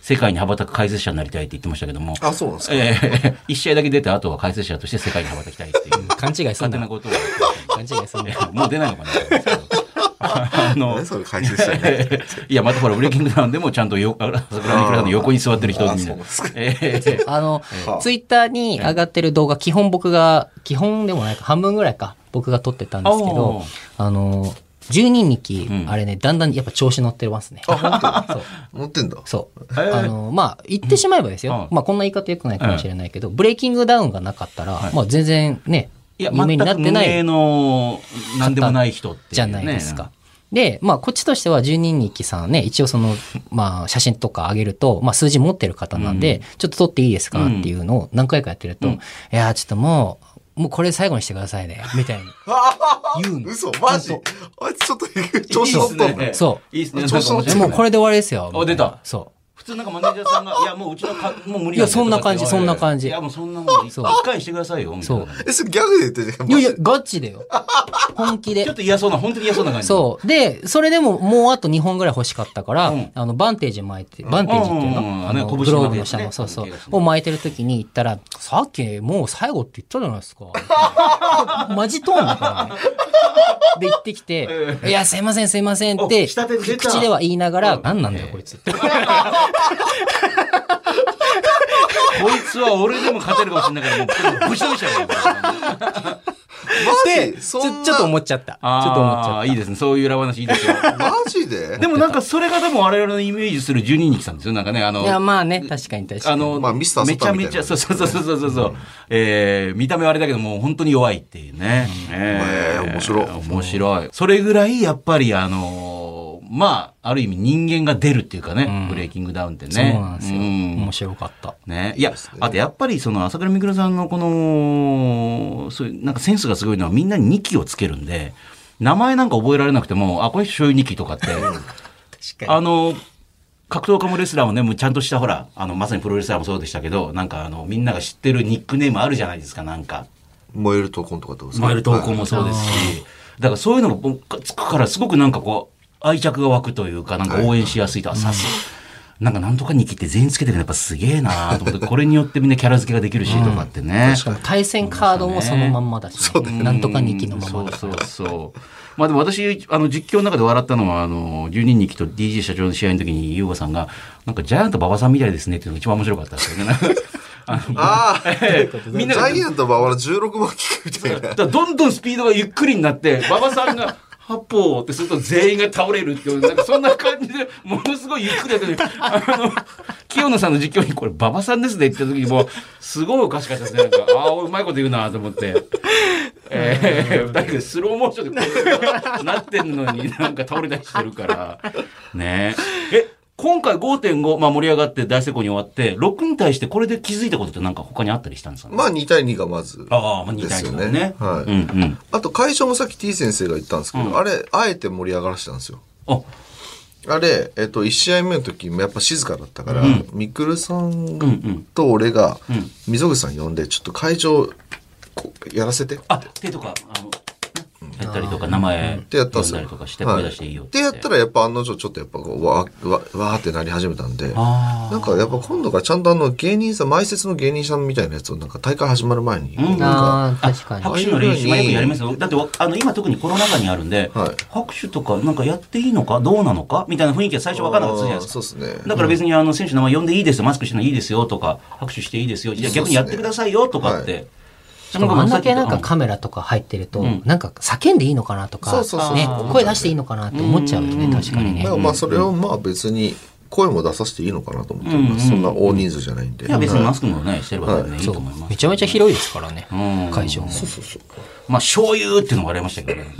[SPEAKER 1] 世界に羽ばたく解説者になりたいって言ってましたけども、
[SPEAKER 2] に。あ、そうなんですか。
[SPEAKER 1] ええ一試合だけ出た後は解説者として世界に羽ばたきたいっていう、
[SPEAKER 3] 勘違いすん
[SPEAKER 1] 勝手
[SPEAKER 3] な
[SPEAKER 1] な。ことを。
[SPEAKER 3] 勘違いすんな。
[SPEAKER 1] もう出ないのかなと思うんですけどあの
[SPEAKER 2] 何、それ解説したね。
[SPEAKER 1] いや、またほら、ブレイキングダウンでもちゃんとよ、あ桜庭ひらの横に座ってる人
[SPEAKER 2] あ
[SPEAKER 1] みん
[SPEAKER 2] そ
[SPEAKER 1] な
[SPEAKER 2] うなんですか。
[SPEAKER 1] ええ
[SPEAKER 3] あの、
[SPEAKER 2] はあ
[SPEAKER 3] ツイッターに上がってる動画、基本僕が、基本でもないか、半分ぐらいか、僕が撮ってたんですけ
[SPEAKER 1] お
[SPEAKER 3] ど
[SPEAKER 1] ー、
[SPEAKER 3] あの、12日、
[SPEAKER 1] ん
[SPEAKER 3] あれね、だんだんやっぱ調子乗ってますね。
[SPEAKER 2] あ、本当。持ってんだ。
[SPEAKER 3] そう。
[SPEAKER 1] えー
[SPEAKER 3] あの、まあ、言ってしまえばです
[SPEAKER 1] うん
[SPEAKER 3] よ。まあ、こんな言い方良くないかもしれないけど、ブレイキングダウンがなかったら、まあ、全然ね、
[SPEAKER 1] いや、
[SPEAKER 3] 有
[SPEAKER 1] 全
[SPEAKER 3] 名になっ
[SPEAKER 1] く
[SPEAKER 3] て
[SPEAKER 1] 無
[SPEAKER 3] な
[SPEAKER 1] 名
[SPEAKER 3] い
[SPEAKER 1] の、なんでもない人ってうね
[SPEAKER 3] じゃないですか。。で、まあ、こっちとしては、12日さんね、一応その、まあ、写真とか上げると、まあ、数字持ってる方なんで、ちょっと撮っていいですかっていうのを何回かやってると、いやー、ちょっともう、もうこれ最後にしてくださいね、みたいに。言うの
[SPEAKER 2] 嘘、マジ
[SPEAKER 3] 本
[SPEAKER 2] あいつちょっと調子乗っとんね。
[SPEAKER 3] そ
[SPEAKER 1] いいですね。
[SPEAKER 2] 調子乗って
[SPEAKER 3] え
[SPEAKER 2] る
[SPEAKER 3] もうこれで終わりですよ。
[SPEAKER 1] あ出た
[SPEAKER 3] そ
[SPEAKER 1] 普通なんかマネージャーさんが、いや、もううちのか、もう無理
[SPEAKER 3] いやそんな感じ
[SPEAKER 1] とかって言われる
[SPEAKER 3] そんな感じ
[SPEAKER 1] いや、もうそんなもん、一
[SPEAKER 3] そう
[SPEAKER 1] 回してくださいよ、みたいな
[SPEAKER 3] そ
[SPEAKER 2] え、それギャグで言ってるじゃん
[SPEAKER 3] う。いやいや、ガチだよ。本気で
[SPEAKER 1] ちょっ。と嫌そうな、本当に嫌そうな感じ。
[SPEAKER 3] そう。で、それでももうあと2本ぐらい欲しかったから、
[SPEAKER 1] うん
[SPEAKER 3] あの、バンテージ巻いて、バンテージっていうの、
[SPEAKER 1] うんうんうん
[SPEAKER 3] あ
[SPEAKER 1] ね
[SPEAKER 3] のグ
[SPEAKER 1] 拳
[SPEAKER 3] ロー
[SPEAKER 1] の
[SPEAKER 3] ブ
[SPEAKER 1] ね
[SPEAKER 3] の下の、そうそ
[SPEAKER 1] バンテージ
[SPEAKER 3] う、を巻いてる時に行ったら、さっきもう最後って言ったじゃないですか。 マジトーンだからね。で、行ってきて、いや、すいません、すいませんっ
[SPEAKER 1] お
[SPEAKER 3] て、
[SPEAKER 1] 下手出た
[SPEAKER 3] 口では言いながら、
[SPEAKER 1] うん
[SPEAKER 3] 何なんだよ、こいつって。
[SPEAKER 1] こいつは俺でも勝てるかもしれないから、もう、ぶちのめしちゃうよ。
[SPEAKER 2] マジ
[SPEAKER 3] ち
[SPEAKER 2] そ
[SPEAKER 3] ょ
[SPEAKER 2] んな
[SPEAKER 3] ちょっと思っちゃった。ちょっと思っちゃ
[SPEAKER 1] あ
[SPEAKER 3] っ
[SPEAKER 1] ーいいですね。そういう裏話いいですよ。
[SPEAKER 2] マジ で
[SPEAKER 1] でもなんか、それがでも我々のイメージする12日さんですよ。なんかね、あの
[SPEAKER 3] た。い、や、まあね、確かに確か
[SPEAKER 1] あ
[SPEAKER 3] に。
[SPEAKER 1] の、
[SPEAKER 2] まあミスター
[SPEAKER 1] め
[SPEAKER 2] ソ
[SPEAKER 1] ちゃ
[SPEAKER 2] タンみ
[SPEAKER 1] め
[SPEAKER 2] たいな
[SPEAKER 1] ちゃ、そうそうそうそうそうそう、えー見た目はあれだけども、う本当に弱いっていうね。
[SPEAKER 2] えー面白い
[SPEAKER 1] 面白い。それぐらい、やっぱり、あのーまあ、ある意味人間が出るっていうかね、ブレイキングダウンってね。
[SPEAKER 3] そうなんですよ。
[SPEAKER 1] う
[SPEAKER 3] 面白かった。
[SPEAKER 1] ね、いや、あとやっぱりその朝倉未来さんのこの、そういうなんかセンスがすごいのはみんなに2期をつけるんで、名前なんか覚えられなくても、あ、この人醤油2期とかって、
[SPEAKER 3] 確か
[SPEAKER 1] あの、格闘家もレスラーもね、もうちゃんとしたほら、あの、まさにプロレスラーもそうでしたけど、なんかあの、みんなが知ってるニックネームあるじゃないですか、なんか。
[SPEAKER 2] 燃える闘魂とかってことですか
[SPEAKER 1] マイル投稿もそうですし、だからそういうのが僕がつくから、すごくなんかこう、愛着が湧くというか、なんか応援しやすいとはさす。なんかなんとかに切って全員つけてくるのやっぱすげえなと思って、これによってみんなキャラ付けができるし、とかってね。
[SPEAKER 3] に。対戦カードもそのまんまだし、ね、なんとか2期のままだ
[SPEAKER 1] そうそうそう。まあでも私、あの、実況の中で笑ったのは、あの、12人期と DJ 社長の試合の時に、優吾さんが、なんかジャイアント馬場さんみたいですねっていうのが一番面白かったですよね。
[SPEAKER 2] ああ、
[SPEAKER 1] みんな
[SPEAKER 2] ジ
[SPEAKER 1] が
[SPEAKER 2] ャイアント馬場の16万キックみたい
[SPEAKER 1] だ
[SPEAKER 2] な
[SPEAKER 1] か。らどんどんスピードがゆっくりになって、馬場さんが、八方ってすると全員が倒れるっていう、なんかそんな感じで、ものすごいゆっくりやってる。あの、清野さんの実況にこれ馬場さんですねって言った時にもう、すごいおかしかったですね。なんか、ああ、うまいこと言うなと思って。えー、二人でスローモーションでこうなってんのになんか倒れたりしてるから。ねえ。え、今回5.5、まあ盛り上がって大成功に終わって、6に対してこれで気づいたことってなんか他にあったりしたんですかね
[SPEAKER 2] まあ2対2がまず。
[SPEAKER 1] ああ、まあ2対1だね。
[SPEAKER 2] ですよねはい
[SPEAKER 1] うんうん。
[SPEAKER 2] あと会社もさっき T 先生が言ったんですけど、あれ、あえて盛り上がらせたんですよ。
[SPEAKER 1] あ、
[SPEAKER 2] あれ、えっと、1試合目の時もやっぱ静かだったから、みくるさ
[SPEAKER 1] う
[SPEAKER 2] ん
[SPEAKER 1] んうん
[SPEAKER 2] と俺が、溝口さん呼んで、ちょっと会場、こうやらせて。っ
[SPEAKER 1] あ、手とか、あの、やったりとか、名前、って
[SPEAKER 2] やったんです
[SPEAKER 1] た
[SPEAKER 2] よ。
[SPEAKER 1] りとかして、
[SPEAKER 2] は
[SPEAKER 1] 声
[SPEAKER 2] い
[SPEAKER 1] 出していいよ
[SPEAKER 2] でやったらやっぱ案の定ちょっとやっぱこう、わ、わ、わーってなり始めたんで、
[SPEAKER 1] あ
[SPEAKER 2] なんかやっぱ今度からちゃんとあの芸人さん、前説の芸人さんみたいなやつをなんか大会始まる前に、
[SPEAKER 1] ん
[SPEAKER 2] なんか、
[SPEAKER 3] ああ、確か
[SPEAKER 1] あ。
[SPEAKER 3] に。
[SPEAKER 1] 拍手の練習もよくやりますよ。だってわ、あの、今特にコロナ禍にあるんで、
[SPEAKER 2] はい
[SPEAKER 1] 拍手とか、なんかやっていいのかどうなのかみたいな雰囲気が最初分からなかったじゃないです
[SPEAKER 2] そ
[SPEAKER 1] か
[SPEAKER 2] う。ですね。
[SPEAKER 1] だから別にあの選手の名前呼んでいいですよ、マスクしてもいいですよとか、拍手していいですよ、じゃあ逆にやってくださいよとかっ
[SPEAKER 2] そうで
[SPEAKER 1] て。
[SPEAKER 3] しかもあんだけなんか
[SPEAKER 1] か
[SPEAKER 3] カメラとか入ってると、
[SPEAKER 1] ん
[SPEAKER 3] なんか叫んでいいのかなとか、
[SPEAKER 2] そうそうそう
[SPEAKER 3] ね
[SPEAKER 2] あー、
[SPEAKER 3] 声出していいのかなって思っちゃうよ
[SPEAKER 1] う
[SPEAKER 3] ね、
[SPEAKER 1] ん
[SPEAKER 3] 確かにね
[SPEAKER 2] だか。らまあそれをまあ別に声も出させていいのかなと思ってます、そんな大人数じゃないんで。
[SPEAKER 1] いや別に
[SPEAKER 2] は
[SPEAKER 1] マスクもね、してればね、いいと
[SPEAKER 3] そう
[SPEAKER 1] 思いま
[SPEAKER 3] め
[SPEAKER 1] す。
[SPEAKER 3] ちゃめちゃ広いですからね
[SPEAKER 1] うん、
[SPEAKER 3] 会場も。
[SPEAKER 1] まあ、醤油っていうのもありましたけど ね。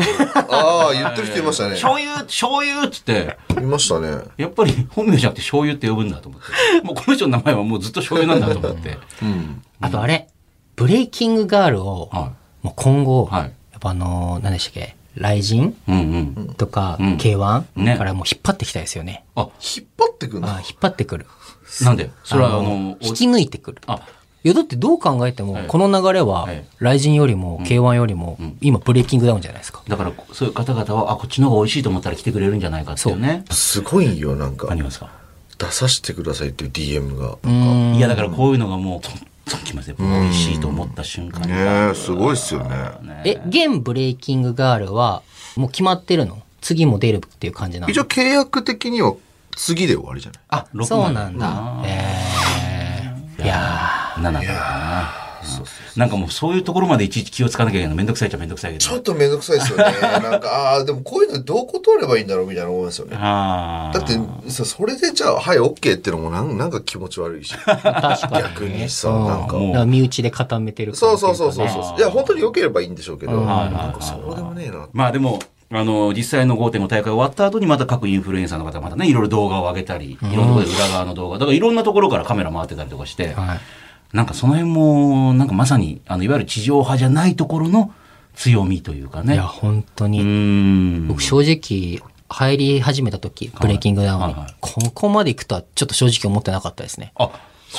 [SPEAKER 2] ああ、言ってる人いましたね。
[SPEAKER 1] 醤油、醤油っつって、
[SPEAKER 2] いましたね。
[SPEAKER 1] やっぱり本名じゃなくて醤油って呼ぶんだと思 って。もうこの人の名前はもうずっと醤油なんだと思 って。
[SPEAKER 2] うん。
[SPEAKER 3] あとあれ、ブレイキングガールを、
[SPEAKER 1] は
[SPEAKER 3] もう今後、
[SPEAKER 1] はい
[SPEAKER 3] やっぱあのー、何でしたっけ、雷神
[SPEAKER 1] い。うんうん。
[SPEAKER 3] とか、
[SPEAKER 1] うん
[SPEAKER 3] K1、
[SPEAKER 1] ね
[SPEAKER 3] からもう引っ張ってきたいですよね。
[SPEAKER 1] あ、
[SPEAKER 2] 引っ張ってくん
[SPEAKER 3] あ
[SPEAKER 2] だ。
[SPEAKER 3] ー引っ張ってくる。
[SPEAKER 1] なんでそれはあの
[SPEAKER 3] あの、引き抜いてくる。
[SPEAKER 1] あ、
[SPEAKER 3] いや、だってどう考えても
[SPEAKER 1] はい、
[SPEAKER 3] この流れは
[SPEAKER 1] はい、
[SPEAKER 3] 雷神よりも、K1 よりも、今、ブレイキングダウンじゃないですか。
[SPEAKER 1] だからそういう方々は、あ、こっちの方が美味しいと思ったら来てくれるんじゃないかっていうね。
[SPEAKER 2] すごいよ、なん
[SPEAKER 1] あ
[SPEAKER 2] か
[SPEAKER 1] り。ますか
[SPEAKER 2] 出させてくださいっていう DM が。
[SPEAKER 1] いや、だからこういうのがもう、とんとんきますね。美味しいと思った瞬間に。
[SPEAKER 2] ねえ、すごいっすよね。
[SPEAKER 1] ね
[SPEAKER 3] え、現ブレイキングガールは、もう決まってるの次も出るっていう感じなの
[SPEAKER 2] 一応契約的には次で終わりじゃない
[SPEAKER 1] あ、6
[SPEAKER 3] そうなんだ。えー、いや
[SPEAKER 1] 7だからな。うんなんかもうそういうところまでいちいち気をつかなきゃいけないのめんどくさいっちゃめんどくさいけど。
[SPEAKER 2] ちょっとめんどくさいですよ ね。なんか、ああ、でもこういうのどう断ればいいんだろうみたいな思いますよね。
[SPEAKER 1] ああ。
[SPEAKER 2] だってさそれでじゃあ「はい OK」ってのもなんなんか気持ち 悪いし
[SPEAKER 3] ー、確かに、ね。
[SPEAKER 2] 逆にさ
[SPEAKER 3] うん
[SPEAKER 2] なんか
[SPEAKER 3] だら身内で固めてる
[SPEAKER 2] そうそうそうそう
[SPEAKER 3] う。
[SPEAKER 2] そういや本当に良ければいいんでしょうけど、
[SPEAKER 3] うん
[SPEAKER 2] なんかそうでもねえな
[SPEAKER 1] まあでも、あの、実際の5.5大会終わった後にまた各インフルエンサーの方がまたね、いろいろ動画を上げたり、いろんなところで裏側の動画、だからいろんなところからカメラ回ってたりとかして、
[SPEAKER 3] はい。
[SPEAKER 1] なんかその辺も、なんかまさに、あの、いわゆる地上波じゃないところの強みというか
[SPEAKER 3] い
[SPEAKER 1] ね
[SPEAKER 3] や、。本当
[SPEAKER 1] う
[SPEAKER 3] に。
[SPEAKER 1] ーん。
[SPEAKER 3] 僕正直、入り始めた時、ブレイキングダウンに、
[SPEAKER 1] はいはい
[SPEAKER 3] ここまで行くとはちょっと正直思ってなかったですね。
[SPEAKER 1] あ、
[SPEAKER 3] こ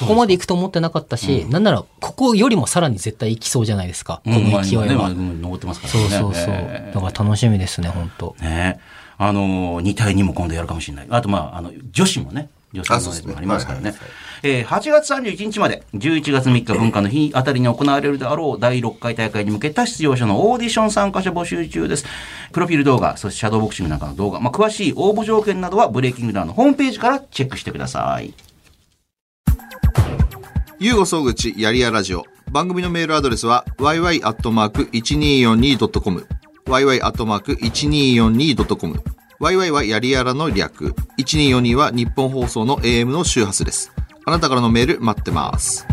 [SPEAKER 3] こまで行くと思ってなかったし、なんなら、ここよりもさらに絶対行きそうじゃないですか。こ
[SPEAKER 1] うん
[SPEAKER 3] の勢い
[SPEAKER 1] まあ今
[SPEAKER 3] は。
[SPEAKER 1] ね、まあうん登ってますから
[SPEAKER 3] そう
[SPEAKER 1] ね。
[SPEAKER 3] そうそう。
[SPEAKER 1] ええ
[SPEAKER 3] だから楽しみですね、本当
[SPEAKER 1] ねあの、2対2も今度やるかもしれない。あと、まあ、あの、女子もね、女子の
[SPEAKER 2] あそうですね
[SPEAKER 1] もありますからね
[SPEAKER 2] はいは。
[SPEAKER 1] えー8月31日まで、11月3日文化の 日あたりに行われるであろう第6回大会に向けた出場者のオーディション参加者募集中です。プロフィール動画、そしてシャドーボクシングなんかの動画、まあ、詳しい応募条件などはブレイキングダウンのホームページからチェックしてください。
[SPEAKER 2] ゆうご総口やりやラジオ。番組のメールアドレスは yy.1242.com。yy.1242.com。yy はやりやらの略。1242は日本放送の AM の周波数です。あなたからのメール待ってます。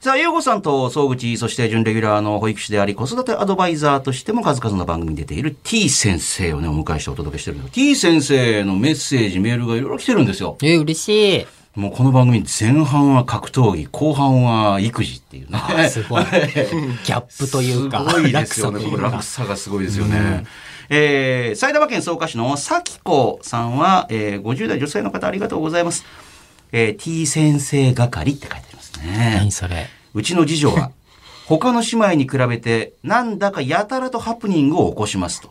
[SPEAKER 1] さあ、ゆうごさんと総口、そして準レギュラーの保育士であり、子育てアドバイザーとしても数々の番組に出ている T 先生をね、お迎えしてお届けしてるんです T 先生のメッセージ、メールがいろいろ来てるんですよ。
[SPEAKER 3] え、嬉しい。
[SPEAKER 1] もうこの番組前半は格闘技、後半は育児っていうね。
[SPEAKER 3] す ごい。 ギャップというか、
[SPEAKER 1] すごいで
[SPEAKER 3] 落
[SPEAKER 1] す
[SPEAKER 3] 差
[SPEAKER 1] よ
[SPEAKER 3] と
[SPEAKER 1] ね。
[SPEAKER 3] い
[SPEAKER 1] こ
[SPEAKER 3] う
[SPEAKER 1] れ
[SPEAKER 3] か
[SPEAKER 1] 落。差がすごいですよね。えー埼玉県草加市の咲子さんは、えー50代女性の方ありがとうございます。えー T 先生係って書いてありますね。
[SPEAKER 3] 何それ。
[SPEAKER 1] うちの次女は、 他の姉妹に比べて、なんだかやたらとハプニングを起こしますと。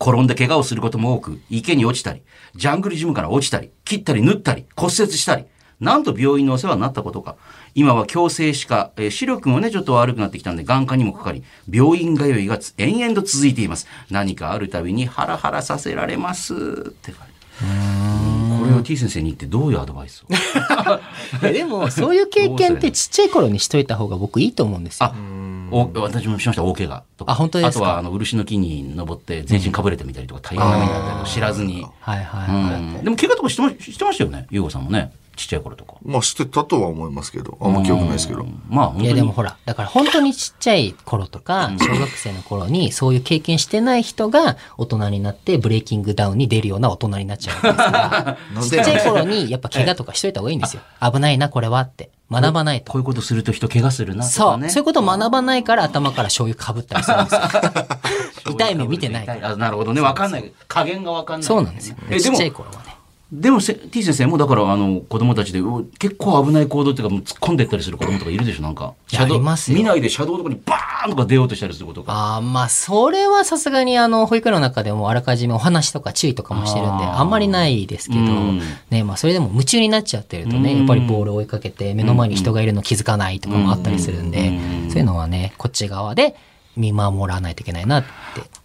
[SPEAKER 1] 転んで怪我をすることも多く、池に落ちたり、ジャングルジムから落ちたり、切ったり縫ったり、骨折したり、なんと病院のお世話になったことか。今は矯正歯科、えー視力もね、ちょっと悪くなってきたんで、眼科にもかかり、病院通いがつ延々と続いています。何かあるたびにハラハラさせられます。って感じ。これを T 先生に言ってどういうアドバイスを
[SPEAKER 3] えでも、そういう経験ってちっちゃい頃にしといた方が僕いいと思うんですよ
[SPEAKER 1] あ。お私もしました大怪我とか
[SPEAKER 3] あ本当ですか
[SPEAKER 1] あとはあの漆の木に登って全身かぶれてみたりとか大変な目にあったり知らずに、
[SPEAKER 3] はいはいはい。
[SPEAKER 1] うん、でも怪我とかしてましてましたよね優吾さんもねちっちゃい頃とか
[SPEAKER 2] まあしてたとは思いますけど、あんま記憶ないですけど。
[SPEAKER 1] うんまあ本当
[SPEAKER 3] い
[SPEAKER 1] に
[SPEAKER 3] やでもほら、だから本当にちっちゃい頃とか、小学生の頃にそういう経験してない人が大人になってブレイキングダウンに出るような大人になっち ゃうわけですから、ちっちゃい頃にやっぱ怪我とかしといた方がいいんですよ。危ないな、これはって。学ばないと。
[SPEAKER 1] こういうことすると人怪我するなと
[SPEAKER 3] そ
[SPEAKER 1] か
[SPEAKER 3] う、
[SPEAKER 1] ね
[SPEAKER 3] そういうことを学ばないから頭から醤油かぶったりするんです よ。痛い目見てないから。
[SPEAKER 1] あなるほどね分かんない加減が分かんない
[SPEAKER 3] そうなんですよ。
[SPEAKER 1] え
[SPEAKER 3] ち
[SPEAKER 1] で
[SPEAKER 3] っ
[SPEAKER 1] も
[SPEAKER 3] ちゃい頃はね。
[SPEAKER 1] でもせ T 先生もだからあの子供たちでう結構危ない行動っていうかもう突っ込んでったりする子供とかいるでしょなんか
[SPEAKER 3] いやありますよ
[SPEAKER 1] 見ないで車道とかにバーンとか出ようとしたりすることか
[SPEAKER 3] ああ、まあ、それはさすがに、あの、保育園の中でもあらかじめお話とか注意とかもしてるんで、
[SPEAKER 1] あー
[SPEAKER 3] あんまりないですけど
[SPEAKER 1] うん、
[SPEAKER 3] ね、まあ、それでも夢中になっちゃってると
[SPEAKER 1] うん
[SPEAKER 3] ね、やっぱりボールを追いかけて、目の前に人がいるの気づかないとかもあったりするんで
[SPEAKER 1] うん、
[SPEAKER 3] そういうのはね、こっち側で見守らないといけないなって。